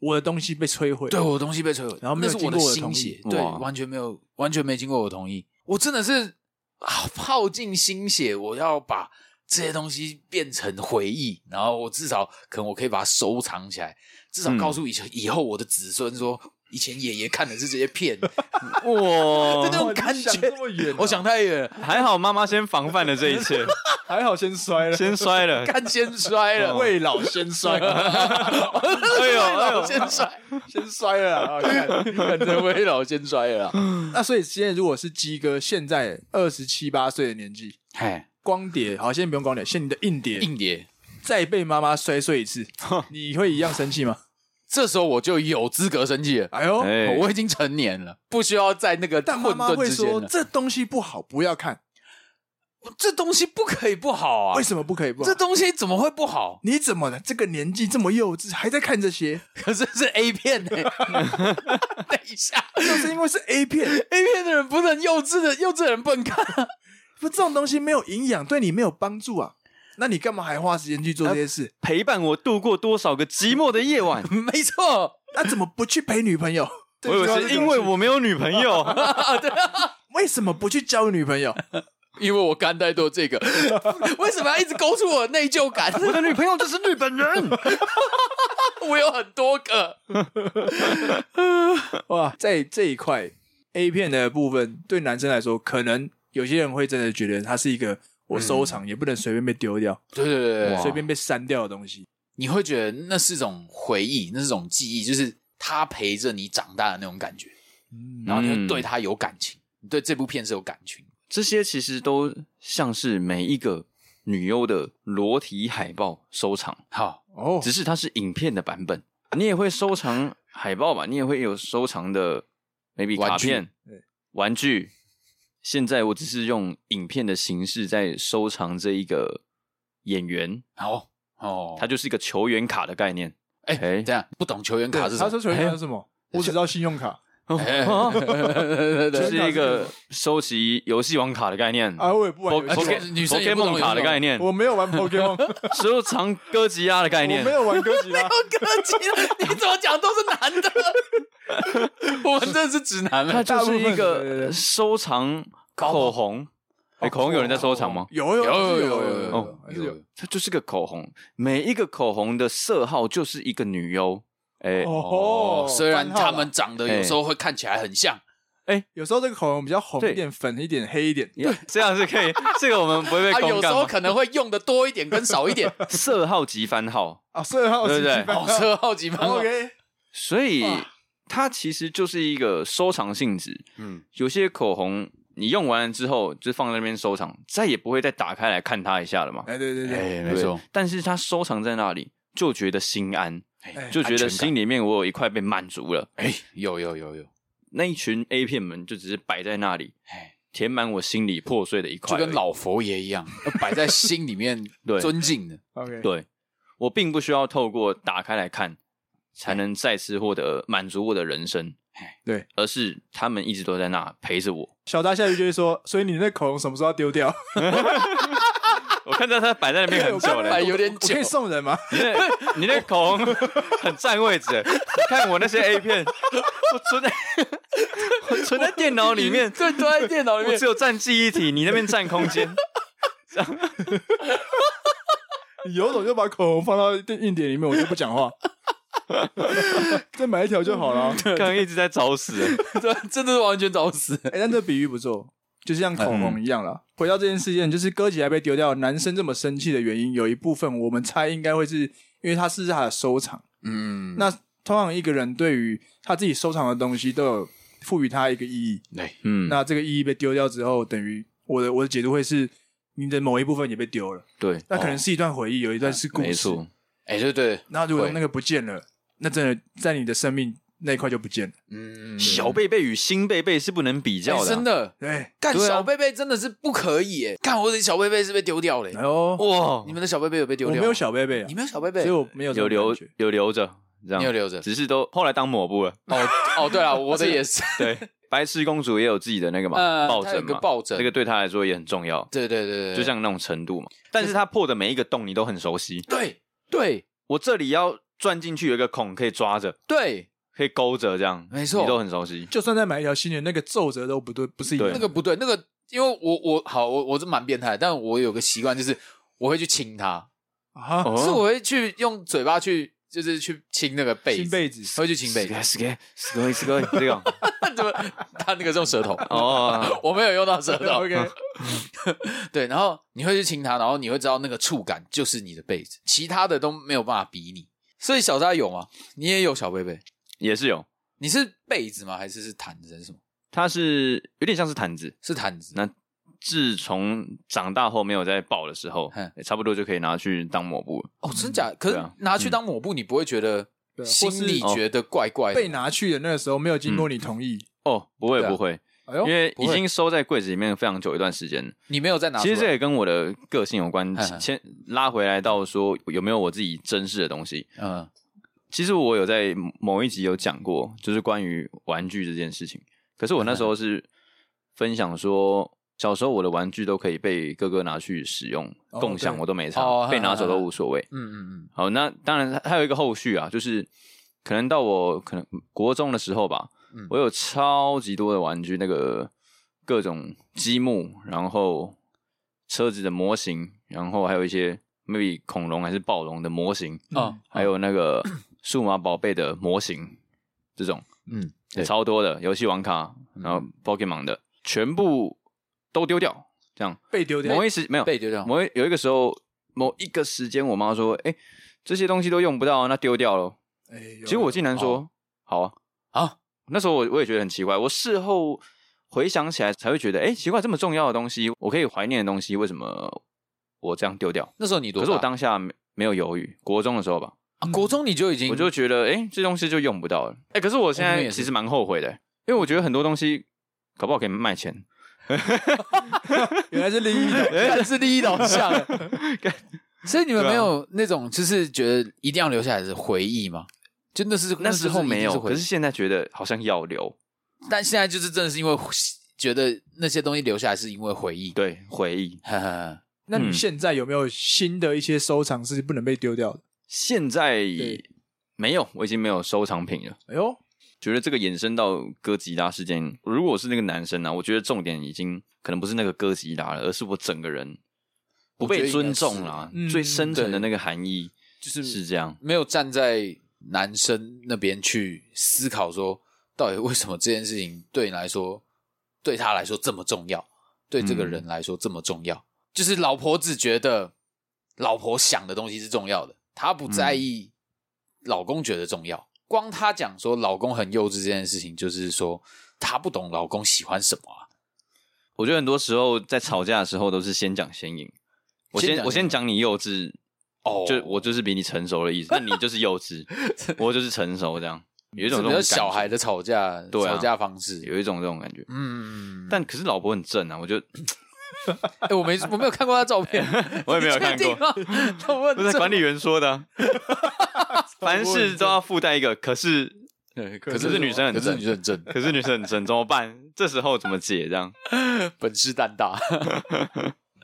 Speaker 2: 我的东西被摧毁。
Speaker 1: 对，我的东西被摧毁，
Speaker 2: 然后没
Speaker 1: 那
Speaker 2: 有
Speaker 1: 是我
Speaker 2: 经过我的
Speaker 1: 心
Speaker 2: 同意
Speaker 1: 血，对，
Speaker 3: 哇
Speaker 1: 完全没有，完全没经过我同意，我真的是啊耗尽心血，我要把这些东西变成回忆，然后我至少可能我可以把它收藏起来，至少
Speaker 3: 嗯
Speaker 1: 告诉以前、以后我的子孙说，以前爷爷看的是这些片，
Speaker 3: 哇
Speaker 1: 真的 那种感觉
Speaker 2: 哇哦你想这么远啊
Speaker 1: 我想太远了，
Speaker 3: 还好妈妈先防范了这 一切，
Speaker 2: 还好先摔了，
Speaker 3: 先摔了。
Speaker 1: 看先摔了，
Speaker 2: 未老先衰，
Speaker 1: 哎
Speaker 3: 呦哎呦
Speaker 1: 先摔，
Speaker 2: 先摔了啊！看
Speaker 1: 反正未老先摔了啊啦，
Speaker 2: 那所以现在如果是鸡哥现在二十七八岁的年纪，
Speaker 1: 哎，
Speaker 2: 光碟好，现在不用光碟，现在你的硬碟
Speaker 1: 硬碟。
Speaker 2: 再被妈妈摔碎 一次，你会一样生气吗？
Speaker 1: 这时候我就有资格生气了，
Speaker 2: 哎呦，
Speaker 3: 哎
Speaker 1: 哦我已经成年 了，不需要在那个
Speaker 2: 但妈
Speaker 1: 混
Speaker 2: 妈
Speaker 1: 沌
Speaker 2: 会
Speaker 1: 之间啊
Speaker 2: 说
Speaker 1: 了。
Speaker 2: 这东西不好，不要看。
Speaker 1: 这东西不可以不好啊！
Speaker 2: 为什么不可以不好
Speaker 1: 这？东西怎么会不好？
Speaker 2: 你怎么了？这个年纪这么幼稚，还在看这些？
Speaker 1: 可是是 A 片 呢、等一下
Speaker 2: 就是因为是 A 片，
Speaker 1: ，A 片的人不能幼稚的，幼稚的人不能看、啊。
Speaker 2: 不这种东西没有营养，对你没有帮助啊。那你干嘛还花时间去做这些事？
Speaker 3: 陪伴我度过多少个寂寞的夜晚？
Speaker 1: 没错，
Speaker 2: 那怎么不去陪女朋友？
Speaker 3: 我以为是因为我没有女朋 友，
Speaker 2: 为什么不去交女朋友？
Speaker 1: 因为我干太多 这个，为什么要一直勾出我的内疚感？
Speaker 3: 我的女朋友就是日本人。
Speaker 1: 我有很多个，
Speaker 2: 哇，在这一块 A 片的部分，对男生来说，可能有些人会真的觉得它是一个我收藏、也不能随便被丢掉、
Speaker 1: 对对对
Speaker 3: 哇
Speaker 1: 对，
Speaker 2: 随便被删掉的东西。
Speaker 1: 你会觉得那是种回忆，那是种记忆，就是他陪着你长大的那种感觉，
Speaker 2: 嗯
Speaker 1: 然后你会
Speaker 3: 嗯
Speaker 1: 对他有感情，你对这部片是有感情。
Speaker 3: 这些其实都像是每一个女优的裸体海报收藏，
Speaker 1: 好，
Speaker 2: 哦
Speaker 3: 只是它是影片的版本。你也会收藏海报吧？你也会有收藏的 maybe
Speaker 1: 玩
Speaker 3: 卡
Speaker 1: 具
Speaker 3: 片
Speaker 2: 对、
Speaker 3: 玩具。现在我只是用影片的形式在收藏这一个演员，
Speaker 1: 好哦，
Speaker 3: 它就是一个球员卡的概念。
Speaker 1: 哎、
Speaker 3: 哎
Speaker 1: 这样不懂球员卡是什
Speaker 2: 他
Speaker 1: 么？
Speaker 2: 说球员卡是什么？我只知道信用卡。
Speaker 1: 哎
Speaker 3: 就
Speaker 2: 球员卡
Speaker 3: 是一
Speaker 2: 是
Speaker 3: 个
Speaker 2: 什么
Speaker 3: 收集游戏王卡的概念
Speaker 2: 啊，我也不玩
Speaker 3: Po-
Speaker 2: 游戏
Speaker 3: Poke-
Speaker 2: 王，
Speaker 1: 女生也不懂
Speaker 3: Pokemon 卡的概念，
Speaker 2: 我没有玩 Pokemon，
Speaker 3: 收藏哥吉拉的概
Speaker 2: 我
Speaker 3: 念
Speaker 2: 没，有玩哥吉拉。
Speaker 1: 哥吉拉，你怎么讲都是男的，我们真的是 直男
Speaker 3: 它
Speaker 1: 们。
Speaker 3: 就是一
Speaker 2: 大部分对对
Speaker 3: 个
Speaker 2: 对
Speaker 3: 收藏口红。哎，口红有人在收藏吗？
Speaker 2: 有
Speaker 1: 有
Speaker 2: 有有
Speaker 1: 有
Speaker 2: 有
Speaker 1: 有
Speaker 2: 有
Speaker 1: 有，
Speaker 2: 还是哦有。
Speaker 3: 它就是个口红，每一个口红的色号就是一个女优。哎
Speaker 2: 哦吼，
Speaker 1: 虽然
Speaker 2: 番号啦
Speaker 1: 他们长得有时候会看起来很像，
Speaker 2: 有时候这个口红比较红
Speaker 3: 对
Speaker 2: 一点、粉一点、黑一点，
Speaker 3: 呀 这样是 可以，这个我们不会
Speaker 1: 啊，
Speaker 3: 被
Speaker 1: 有
Speaker 3: 公
Speaker 1: 时
Speaker 3: 干
Speaker 1: 候
Speaker 3: 吗。
Speaker 1: 可能会用的多一点跟少一 点。
Speaker 3: 色号及番号，
Speaker 2: 啊，色号
Speaker 3: 对不对
Speaker 2: 是一般
Speaker 1: 哦，车好几番哦
Speaker 2: OK，
Speaker 3: 所以
Speaker 1: 哇
Speaker 3: 它其实就是一个收藏性质。
Speaker 1: 嗯，
Speaker 3: 有些口红你用完了之后就放在那边收藏，再也不会再打开来看它一下了嘛。
Speaker 2: 哎，对对对，
Speaker 1: 哎，
Speaker 3: 对
Speaker 1: 没错，。
Speaker 3: 但是它收藏在那里，就觉得心安，
Speaker 1: 哎
Speaker 3: 就觉得
Speaker 1: 安全感
Speaker 3: 心里面我有一块被满足了。
Speaker 1: 哎，有有有有，
Speaker 3: 那一群 A 片们就只是摆在那里，
Speaker 1: 哎，
Speaker 3: 填满我心里破碎的一块
Speaker 1: 就
Speaker 3: 而已。
Speaker 1: 跟老佛爷一样，要摆在心里面
Speaker 3: 对
Speaker 1: 尊敬的。
Speaker 2: OK，
Speaker 3: 对我并不需要透过打开来看，才能再次获得满足我的人生
Speaker 1: 哎。
Speaker 2: 对，
Speaker 3: 而是他们一直都在那陪着 我。
Speaker 2: 小大下鱼就会说，所以你那口红什么时候要丢掉？
Speaker 3: 我看到他摆在那边很久
Speaker 1: 我看哎
Speaker 3: 了
Speaker 1: 到，有点
Speaker 2: 我可以
Speaker 1: 久
Speaker 2: 送人吗？
Speaker 3: 你那你那口红很占位置。欸你看我那些 A 片，我存在我存在电脑里面，
Speaker 1: 对，都在电脑
Speaker 3: 我只有占记忆体，你那边占空 间。
Speaker 2: 你有种就把口红放到硬碟里面，我就不讲话。再买一条就好了。
Speaker 3: 刚刚一直在找死，
Speaker 1: 对，真的是完全找死。
Speaker 2: 哎、但这比喻不错，就是像口红一样啦。回到这件事件，就是哥吉拉被丢掉，男生这么生气的原因，有一部分我们猜应该会是因为他是他的收藏。
Speaker 1: 嗯，
Speaker 2: 那通常一个人对于他自己收藏的东西，都有赋予他一个意义。
Speaker 1: 对，
Speaker 3: 嗯，
Speaker 2: 那这个意义被丢掉之后，等于我的我的解读会是你的某一部分也被丢了。
Speaker 3: 对，
Speaker 2: 那可能是一段回忆，有一段是故
Speaker 3: 没
Speaker 2: 事。
Speaker 3: 错，
Speaker 1: 哎，对对，
Speaker 2: 那如果
Speaker 1: 会
Speaker 2: 那个不见了，那真的在你的生命那一块就不见了。
Speaker 1: 嗯，
Speaker 3: 小贝贝与新贝贝是不能比较
Speaker 1: 哎
Speaker 3: 的啊、
Speaker 1: 真的。
Speaker 2: 对，
Speaker 1: 干
Speaker 3: 对啊
Speaker 1: 小贝贝真的是不可以哎！干我的小贝贝是被丢掉嘞
Speaker 2: 哎，呦，
Speaker 3: 哇
Speaker 1: 你，们的小贝贝有被丢
Speaker 2: 我
Speaker 1: 掉吗？
Speaker 2: 没有小贝贝啊
Speaker 1: 你，没有小贝贝，
Speaker 2: 所以我没有这种
Speaker 3: 有留
Speaker 2: 感觉
Speaker 3: 有留着，这样
Speaker 1: 你有留 着
Speaker 3: 只是都后来当 抹布了。
Speaker 1: 哦哦，对了，我的也是，
Speaker 3: 对，白痴公主也有自己的那个嘛
Speaker 1: 呃
Speaker 3: 抱
Speaker 1: 她有
Speaker 3: 枕
Speaker 1: 个
Speaker 3: 嘛，
Speaker 1: 抱枕
Speaker 3: 这个对她来说也很重要，
Speaker 1: 对对对对，
Speaker 3: 就像那种程度嘛。但是她破的每一个洞你都很熟悉，
Speaker 1: 对对
Speaker 3: 我这里要钻进去有一个孔可以抓着，
Speaker 1: 对，
Speaker 3: 可以勾着，这样
Speaker 1: 没错
Speaker 3: 你都很熟悉。
Speaker 2: 就算再买一条新的，那个皱褶都不对，不是一样
Speaker 3: 对
Speaker 1: 那个不对，那个因为我我好我我是蛮变态的，但我有个习惯就是我会去亲它，
Speaker 2: 啊。
Speaker 1: 可是我会去用嘴巴去就是去亲那个被
Speaker 2: 新
Speaker 1: 子，
Speaker 2: 被子
Speaker 1: 我会去亲被子，
Speaker 3: 是个是个是个 这个
Speaker 1: 他怎么他那个是用舌头？
Speaker 3: 哦，
Speaker 1: 我哦没有用到舌 头，
Speaker 2: ，OK，
Speaker 1: 对，然后你会去亲它，然后你会知道那个触感就是你的被子，其他的都没有办法比拟。所以小扎有吗？你也有小贝贝？
Speaker 3: 也是有，
Speaker 1: 你是被子吗？还是是毯子还是
Speaker 3: 嗯
Speaker 1: 什么？
Speaker 3: 它是有点像是毯子。
Speaker 1: 是毯子。
Speaker 3: 那自从长大后没有再抱的时候
Speaker 1: 嗯，
Speaker 3: 差不多就可以拿去当抹布了。
Speaker 1: 哦，真假？可
Speaker 3: 对
Speaker 1: 是
Speaker 3: 啊嗯
Speaker 1: 拿去当抹布，你不会觉得
Speaker 2: 对啊
Speaker 1: 心里
Speaker 3: 或是
Speaker 1: 觉得怪怪的
Speaker 3: 啊
Speaker 2: 被拿去的那个时候没有经过你同意，
Speaker 3: 哦，不会
Speaker 1: 对啊
Speaker 3: 不会，
Speaker 2: 哎呦
Speaker 3: 因，为
Speaker 1: 不
Speaker 3: 已
Speaker 1: 会
Speaker 3: 经收在柜子里面非常久一段时间了。
Speaker 1: 你没有再拿出
Speaker 3: 其
Speaker 1: 来。
Speaker 3: 实这也跟我的个性有关
Speaker 1: 嗯嗯。
Speaker 3: 先拉回来到说有没有我自己珍视的东西。
Speaker 1: 嗯
Speaker 3: 其实我有在某一集有讲过，就是关于玩具这件事情。可是我那时候是分享说，小时候我的玩具都可以被哥哥拿去使用，
Speaker 2: 哦
Speaker 3: 共享
Speaker 2: 对
Speaker 3: 我都没差，
Speaker 1: 哦
Speaker 3: 被拿走都
Speaker 1: 嗯嗯嗯
Speaker 3: 无所谓。
Speaker 1: 嗯嗯
Speaker 3: 好，那当然还还有一个后续啊，就是可能到我可能国中的时候吧，
Speaker 1: 嗯
Speaker 3: 我有超级多的玩具，那个各种积木，然后车子的模型，然后还有一些 maybe 恐龙还是暴龙的模型，
Speaker 1: 嗯哦
Speaker 3: 还有那个数码宝贝的模型，这种
Speaker 1: 嗯，对，嗯
Speaker 3: 超多的游戏王卡，然后 Pokemon 的全部都丢掉，这样
Speaker 2: 被丢掉
Speaker 3: 某，一时没有
Speaker 1: 被丢掉。
Speaker 3: 某一有一个时候，某一个时间，我妈说：“哎、这些东西都用不到，那丢掉了。
Speaker 1: 嗯
Speaker 2: 哎呦”
Speaker 3: 结果我竟然说：“好啊。
Speaker 1: 啊，”
Speaker 3: 那时候我我也觉得很奇怪，我事后回想起来才会觉得，哎、奇怪，这么重要的东西，我可以怀念的东西，为什么我这样丢掉？
Speaker 1: 那时候你多
Speaker 3: 可
Speaker 1: 大？
Speaker 3: 是我当下没没有犹豫，国中的时候吧，
Speaker 1: 啊国中你就已经
Speaker 3: 我就嗯觉得，哎、这东西就用不到了。哎、可是我现
Speaker 1: 哦你们
Speaker 3: 在
Speaker 1: 也是
Speaker 3: 其实蛮后悔的、因为我觉得很多东西搞不好可以卖钱。
Speaker 2: 原来是利益 的，
Speaker 3: 哎
Speaker 1: 但是利益导向 的。所以你们没有那种就是觉得一定要留下来的回忆吗？就那是
Speaker 3: 那时候没有，可
Speaker 1: 可
Speaker 3: 是现在觉得好像要留，
Speaker 1: 但现在就是真的是因为觉得那些东西留下来是因为回忆。
Speaker 3: 对回忆。
Speaker 1: 呵呵呵
Speaker 2: 那你
Speaker 3: 嗯
Speaker 2: 现在有没有新的一些收藏是不能被丢掉的？
Speaker 3: 现在
Speaker 2: 对
Speaker 3: 没有，我已经没有收藏品了。
Speaker 2: 哎呦，
Speaker 3: 觉得这个延伸到哥吉拉事件，如果我是那个男生啊，我觉得重点已经可能不是那个哥吉拉了，而是我整个人不
Speaker 1: 我觉
Speaker 3: 被
Speaker 1: 得应该
Speaker 3: 尊
Speaker 1: 是
Speaker 3: 重啦。
Speaker 2: 嗯
Speaker 3: 最深层的
Speaker 1: 对
Speaker 3: 那个含义
Speaker 1: 就是
Speaker 3: 是这样，
Speaker 1: 没有站在男生那边去思考说，到底为什么这件事情对你来说，对他来说这么重要，对这个人来说这么重要？就是老婆只觉得老婆想的东西是重要的，她不在意老公觉得重要。光她讲说老公很幼稚这件事情，就是说她不懂老公喜欢什么啊。
Speaker 3: 我觉得很多时候在吵架的时候都是先讲先赢。我
Speaker 1: 先
Speaker 3: 先
Speaker 1: 讲
Speaker 3: 我
Speaker 1: 先
Speaker 3: 先
Speaker 1: 赢
Speaker 3: 讲你幼稚，
Speaker 1: 哦，
Speaker 3: 就我就是比你成熟的意思，那你就是幼 稚，我就是成熟，这样有一种
Speaker 1: 这
Speaker 3: 这
Speaker 1: 比
Speaker 3: 种
Speaker 1: 较
Speaker 3: 感
Speaker 1: 小
Speaker 3: 觉
Speaker 1: 孩的吵架，
Speaker 3: 对啊
Speaker 1: 吵架方式。
Speaker 3: 有一种这种感觉。
Speaker 1: 嗯，
Speaker 3: 但可是老婆很正啊，我觉得
Speaker 1: 哎、我没我没有看过他照片，
Speaker 3: 我也没有看过
Speaker 1: 你确定 吗他问
Speaker 3: 不是
Speaker 1: 这
Speaker 3: 管理员说的啊、凡事都要附带一个，可是
Speaker 1: 可
Speaker 3: 可是女生很
Speaker 1: 可是
Speaker 3: 正
Speaker 1: 女生很正，
Speaker 3: 可是女生很正，怎么办？这时候怎么解？这样，
Speaker 1: 本事蛋 大。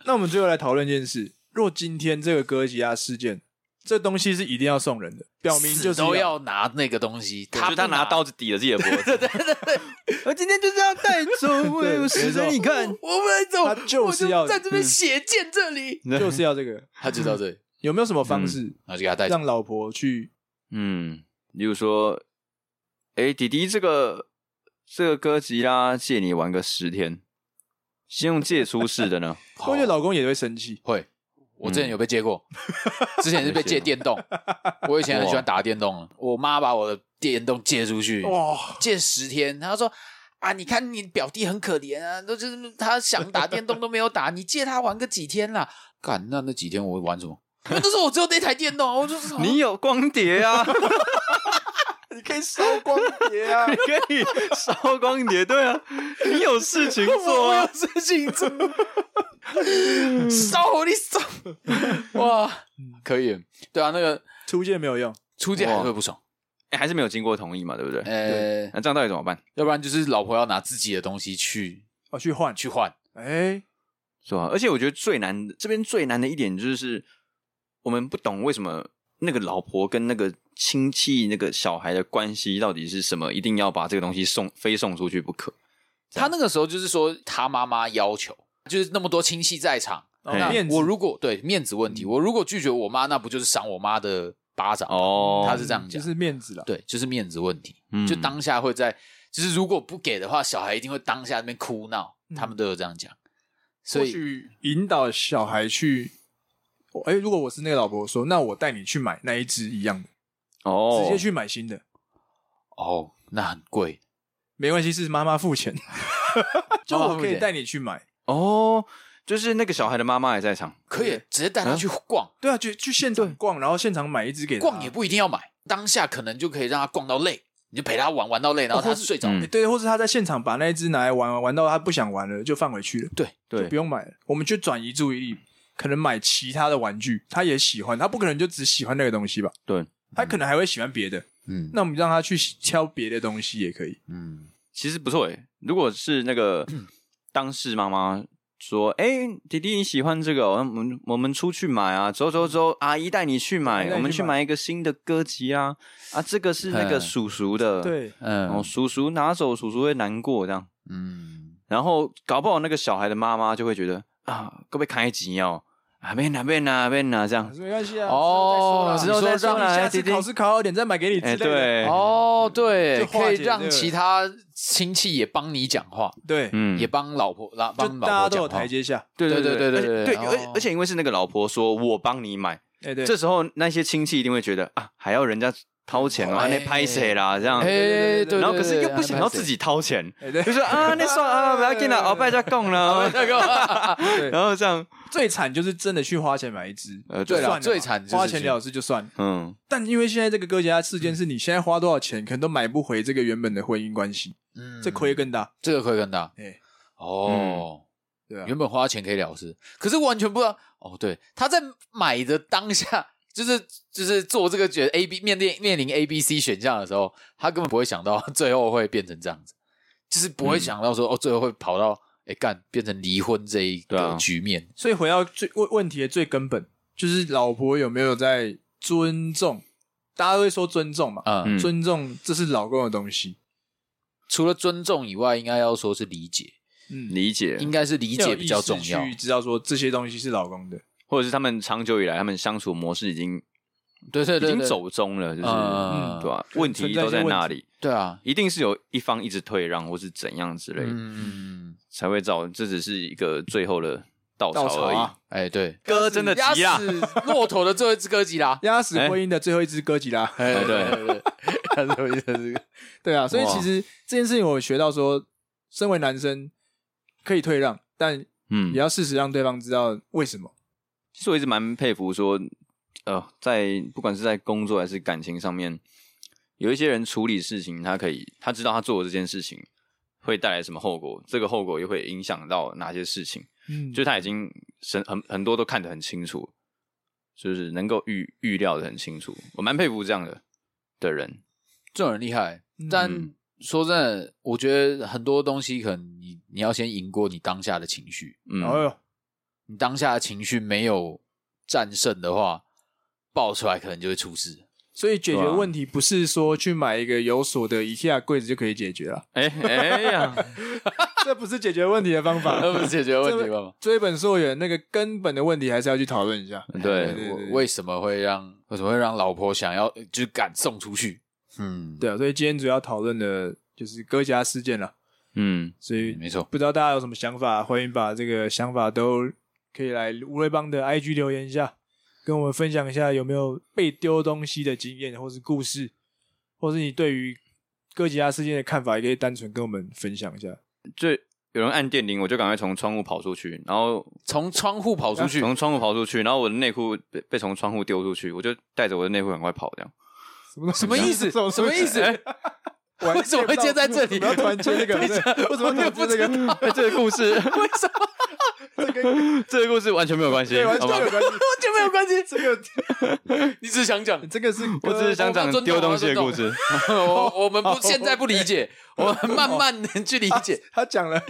Speaker 2: 那我们最后来讨论一件事：若今天这个哥吉拉事件，这东西是一定要送人的，表明就
Speaker 1: 死
Speaker 2: 是
Speaker 1: 都要拿那个东西，
Speaker 3: 我觉
Speaker 1: 不
Speaker 3: 得他拿刀，子抵了自己的 脖子，
Speaker 2: 我今天就是要带走
Speaker 3: 对
Speaker 2: 我
Speaker 3: 死给你看，
Speaker 1: 哦我不能走，
Speaker 2: 他就是要嗯
Speaker 1: 我在这边血溅这里，
Speaker 2: 就是要这个。
Speaker 1: 他就到这里，
Speaker 2: 有没有什么方式
Speaker 1: 然后就给他带走。
Speaker 2: 让老婆去？
Speaker 3: 嗯，例如说，哎、弟弟，这个这个哥吉拉借你玩个十天，先用借出式 的呢？
Speaker 1: 好
Speaker 2: 我觉得老公也会生气。
Speaker 1: 会，我之前有被借 过，之前是被借电动，我以前很喜欢打电动，我妈把我的电动借出去，
Speaker 2: 哇，
Speaker 1: 借十天，他说啊，你看你表弟很可怜啊，都就是他想打电动都没有打， 你借他玩个几天啦。干，那那几天我玩什么？那都是我只有那台电动啊，我 就是
Speaker 3: 你有光碟啊， 你
Speaker 2: 你可以收光碟啊！
Speaker 3: 可以烧光碟，对啊，你有事情 做
Speaker 1: 我有
Speaker 3: 啊。
Speaker 1: 事情做， 烧你烧，哇，可以，对啊，那个
Speaker 2: 出借没有用，
Speaker 1: 出借还是会不爽，
Speaker 3: 诶哎还是没有经过同意嘛，对不对？
Speaker 1: 呃，
Speaker 3: 那这样到底怎么办？
Speaker 1: 要不然就是老婆要拿自己的东西去
Speaker 2: 哦，去换。
Speaker 1: 去换，
Speaker 2: 哎，
Speaker 3: 是吧？而且我觉得最难这边最难的一点就是，我们不懂为什么那个老婆跟那个亲戚那个小孩的关系到底是什么，一定要把这个东西送非送出去不可。
Speaker 1: 他那个时候就是说他妈妈要求，就是那么多亲戚在场，
Speaker 2: 哦
Speaker 3: 嘿
Speaker 2: 面子嗯
Speaker 1: 我如果对面子问题，我如果拒绝我妈，那不就是赏我妈的巴掌？
Speaker 3: 哦，
Speaker 1: 他是这样
Speaker 2: 就
Speaker 1: 讲，
Speaker 2: 是面子了。
Speaker 1: 对，就是面子问题，
Speaker 3: 嗯
Speaker 1: 就当下会在，就是如果不给的话，小孩一定会当下那边哭闹，
Speaker 2: 嗯
Speaker 1: 他们都有这样讲，所
Speaker 2: 或
Speaker 1: 以
Speaker 2: 许引导小孩去。我哎，如果我是那个老婆，我说那我带你去买那一只一样的，
Speaker 3: 哦，
Speaker 2: 直接去买新的，
Speaker 1: 哦，那很贵，
Speaker 2: 没关系，是妈 妈付钱，就
Speaker 1: 妈妈
Speaker 2: 我
Speaker 1: 付
Speaker 2: 可以
Speaker 1: 钱
Speaker 2: 带你去买。
Speaker 3: 哦，就是那个小孩的妈妈也在场，
Speaker 1: 可以
Speaker 2: 对
Speaker 1: 直接带他去逛，
Speaker 2: 对啊，去去现场逛，然后现场买一只给他
Speaker 1: 逛也不一定要买，当下可能就可以让他逛到累，你就陪他玩玩到累，然后他
Speaker 2: 哦或是
Speaker 1: 睡着，
Speaker 3: 嗯
Speaker 2: 诶哎对，或是他在现场把那一只拿来玩玩到他不想玩了，就放回去了，
Speaker 3: 对
Speaker 2: 不，用买了。我们就转移注意力，可能买其他的玩具，他也喜欢，他不可能就只喜欢那个东西吧？
Speaker 3: 对，
Speaker 2: 他可能还会喜欢别的。
Speaker 1: 嗯
Speaker 2: 那我们让他去挑别的东西也可以。
Speaker 1: 嗯，
Speaker 3: 其实不错诶。如果是 那个当事妈妈说：“哎、弟弟你喜欢这个哦，那我们我们出去买啊，走走走，阿姨带你去
Speaker 2: 阿姨带你
Speaker 3: 买，
Speaker 2: 去买
Speaker 3: 我们去买一个新的歌集啊啊，这个是那个
Speaker 1: 嗯
Speaker 3: 叔叔的，，
Speaker 2: 对，
Speaker 1: 嗯
Speaker 3: 然
Speaker 2: 哦
Speaker 3: 后叔叔拿走，叔叔会难过这样，
Speaker 1: 嗯，
Speaker 3: 然后搞不好那个小孩的妈妈就会觉得啊，可不可以开集哦？啊，别拿别拿别拿这样，
Speaker 2: 没关系啊，
Speaker 1: 哦
Speaker 2: 之后再说啦
Speaker 3: 之后再说啦
Speaker 2: 让你下次
Speaker 3: 弟弟
Speaker 2: 考试考好点再买给你之
Speaker 3: 哎、
Speaker 2: 类的。
Speaker 3: 对，
Speaker 1: 哦，对，
Speaker 2: 就化
Speaker 1: 可以
Speaker 2: 解这
Speaker 1: 让
Speaker 2: 个
Speaker 1: 其他亲戚也帮你讲话，
Speaker 2: 对，
Speaker 3: 嗯
Speaker 1: 也帮老婆，让
Speaker 2: 就
Speaker 1: 帮
Speaker 2: 大
Speaker 1: 老婆
Speaker 2: 家都
Speaker 1: 讲
Speaker 2: 有
Speaker 1: 话
Speaker 2: 台。阶下。
Speaker 3: 对对
Speaker 1: 对对
Speaker 3: 对
Speaker 1: 对
Speaker 3: 而且
Speaker 1: 对
Speaker 3: 对，
Speaker 1: 哦
Speaker 3: 而而且因为是那个老婆说，我帮你买，
Speaker 2: 哎，对，
Speaker 3: 这时候那些亲戚一定会觉得啊，还要人家掏钱哦，
Speaker 1: 哎
Speaker 3: 那拍谁啦这样。
Speaker 1: 哎，对对对，
Speaker 3: 然后可是又不想要自己掏钱，
Speaker 2: 哎对
Speaker 3: 就说啊，那算啊，不要紧了，鳌拜再供了。
Speaker 2: 对
Speaker 3: 然后这样，
Speaker 2: 最惨就是真的去花钱买一支，
Speaker 3: 呃
Speaker 2: 就
Speaker 3: 对啦
Speaker 2: 算了嘛
Speaker 1: 最惨就是
Speaker 2: 花钱了事就算了。
Speaker 3: 嗯，
Speaker 2: 但因为现在这个哥吉拉事件是你现在花多少钱，可能都买不回这个原本的婚姻关系，
Speaker 1: 嗯
Speaker 2: 这亏更大。
Speaker 1: 这个亏更大
Speaker 2: 哎，
Speaker 1: 哦。
Speaker 2: 对啊，
Speaker 1: 原本花钱可以了事，可是完全不知道哦。对，他在买的当下，就是就是做这个决 A B 面对面临 A B C 选项的时候，他根本不会想到最后会变成这样子，就是不会想到说、哦，最后会跑到哎干变成离婚这一
Speaker 3: 对
Speaker 1: 个
Speaker 3: 啊
Speaker 1: 局面。
Speaker 2: 所以回到最问问题的最根本，就是老婆有没有在尊重？大家都会说尊重嘛，
Speaker 1: 嗯，
Speaker 3: 嗯
Speaker 2: 尊重这是老公的东西。
Speaker 1: 除了尊重以外，应该要说是理解，
Speaker 2: 嗯，
Speaker 3: 理解，
Speaker 1: 应该是理解比较重要
Speaker 2: 要有意识去。知道说这些东西是老公的。
Speaker 3: 或者是他们长久以来他们相处模式已经
Speaker 1: 对对
Speaker 3: 已
Speaker 1: 对，
Speaker 3: 经
Speaker 1: 对
Speaker 3: 走中了，就是
Speaker 1: 嗯
Speaker 3: 对吧？
Speaker 2: 对
Speaker 3: 问题
Speaker 2: 存在一
Speaker 3: 都
Speaker 2: 些
Speaker 3: 在
Speaker 2: 问
Speaker 3: 那
Speaker 2: 题
Speaker 3: 里，
Speaker 1: 对啊，
Speaker 3: 一定是有一方一直退让或是怎样之类的
Speaker 1: 嗯，
Speaker 3: 才会造，这只是一个最后的稻
Speaker 2: 稻
Speaker 3: 草
Speaker 2: 草
Speaker 3: 而已。
Speaker 2: 啊，。
Speaker 1: 哎对，
Speaker 3: 哥真的急
Speaker 1: 压
Speaker 3: 啊
Speaker 1: 死骆驼的最后一只哥吉 拉
Speaker 2: 压死婚姻的最后一只哥吉拉。
Speaker 1: 哎
Speaker 3: 对
Speaker 1: 对对，他最后一只是
Speaker 2: 对啊，所以
Speaker 3: 哇
Speaker 2: 其实这件事情我学到说，身为男生可以退让，但
Speaker 3: 嗯
Speaker 2: 也，要适时让对方知道为什么。
Speaker 3: 其实我一直蛮佩服说，呃，在不管是在工作还是感情上面，有一些人处理事情，他可以他知道他做的这件事情会带来什么后果，这个后果又会影响到哪些事情，
Speaker 2: 嗯，
Speaker 3: 就是他已经很很很多都看得很清楚，就是能够预预料的很清楚，我蛮佩服这样的的人。
Speaker 1: 这种人厉害，
Speaker 2: 嗯
Speaker 1: 但说真的，我觉得很多东西可能你你要先赢过你当下的情绪，
Speaker 3: 嗯，
Speaker 2: 哎呦，
Speaker 1: 你当下的情绪没有战胜的话，爆出来可能就会出事。
Speaker 2: 所以解决
Speaker 3: 对啊
Speaker 2: 问题不是说去买一个有锁的 IKEA 柜子就可以解决了，
Speaker 3: 哎哎呀，
Speaker 2: 这不是解决问题的方法。
Speaker 1: 那不是解决问题吗？
Speaker 2: 追本溯源，那个根本的问题还是要去讨论一下。
Speaker 3: 对，
Speaker 2: 对
Speaker 1: 我为什么会让为什么会让老婆想要就是敢送出去？嗯，
Speaker 2: 对啊，所以今天主要讨论的就是哥吉拉事件了。
Speaker 3: 嗯，
Speaker 2: 所以
Speaker 1: 没错，
Speaker 2: 不知道大家有什么想法，欢迎把这个想法都可以来乌龟帮的 IG 留言一下，跟我们分享一下有没有被丢东西的经验，或是故事，或是你对于哥吉拉事件的看法，也可以单纯跟我们分享一下。
Speaker 3: 就有人按电铃，我就赶快从窗户跑出去，然后
Speaker 1: 从窗户跑出去，
Speaker 2: 啊
Speaker 3: 从窗户跑出去，然后我的内裤被被从窗户丢出去，我就带着我的内裤赶快跑，这样。
Speaker 2: 什么
Speaker 1: 什么意思？什么意思？
Speaker 2: 我还
Speaker 1: 为什么会接在这里啊
Speaker 2: 为什么哎要突然接这 个？
Speaker 1: 等一下
Speaker 2: 为什么要突然接这个？嗯
Speaker 3: 哎这个故事，为什
Speaker 2: 这跟
Speaker 3: 么 这个故事完全没有关系，
Speaker 2: 对完
Speaker 3: 好
Speaker 2: 全
Speaker 3: 吗
Speaker 2: 没？有关系。
Speaker 1: 完全没有关系，
Speaker 2: 这个。
Speaker 1: 你只是想讲
Speaker 2: 这个是
Speaker 3: 我只是想讲丢东西的故事。
Speaker 1: 我我哦们不现在不理解，我
Speaker 2: 哦
Speaker 1: 们慢慢地去理解。
Speaker 2: 他讲了，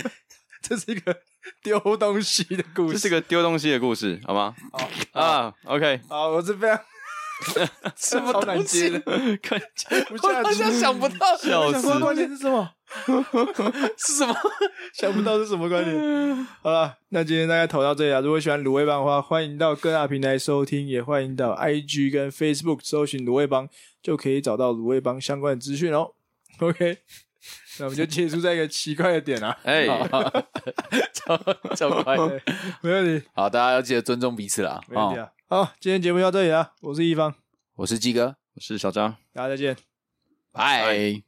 Speaker 2: 这是一个丢东西的故
Speaker 3: 这
Speaker 2: 事。
Speaker 3: 是个丢东西的故事，好吗？啊，OK，
Speaker 2: 啊，我是非常
Speaker 1: 什么
Speaker 2: 超难
Speaker 1: 东西
Speaker 2: 接的，
Speaker 3: 看，
Speaker 2: 不
Speaker 1: 我
Speaker 2: 下
Speaker 1: 好
Speaker 2: 去。
Speaker 1: 像想不到是
Speaker 3: 笑
Speaker 2: 我想说关
Speaker 3: 死！
Speaker 2: 联是什么？
Speaker 1: 什么。
Speaker 2: 想不到是什么关联。好了，那今天大概投到这里啊。如果喜欢卤味帮的话，欢迎到各大平台收听，也欢迎到 IG 跟 Facebook 搜寻卤味帮，就可以找到卤味帮相关的资讯哦。OK，那我们就结束在一个奇怪的点啊，
Speaker 3: 哎，
Speaker 1: 哦 超超 快乐。
Speaker 2: 没问题，
Speaker 1: 好，大家要记得尊重彼此啦。
Speaker 2: 没问题
Speaker 1: 哦
Speaker 2: 啊。好，今天节目就到这里啊，我是一方，
Speaker 1: 我是鸡哥，
Speaker 3: 我是小张。
Speaker 2: 大家再见。
Speaker 1: 拜。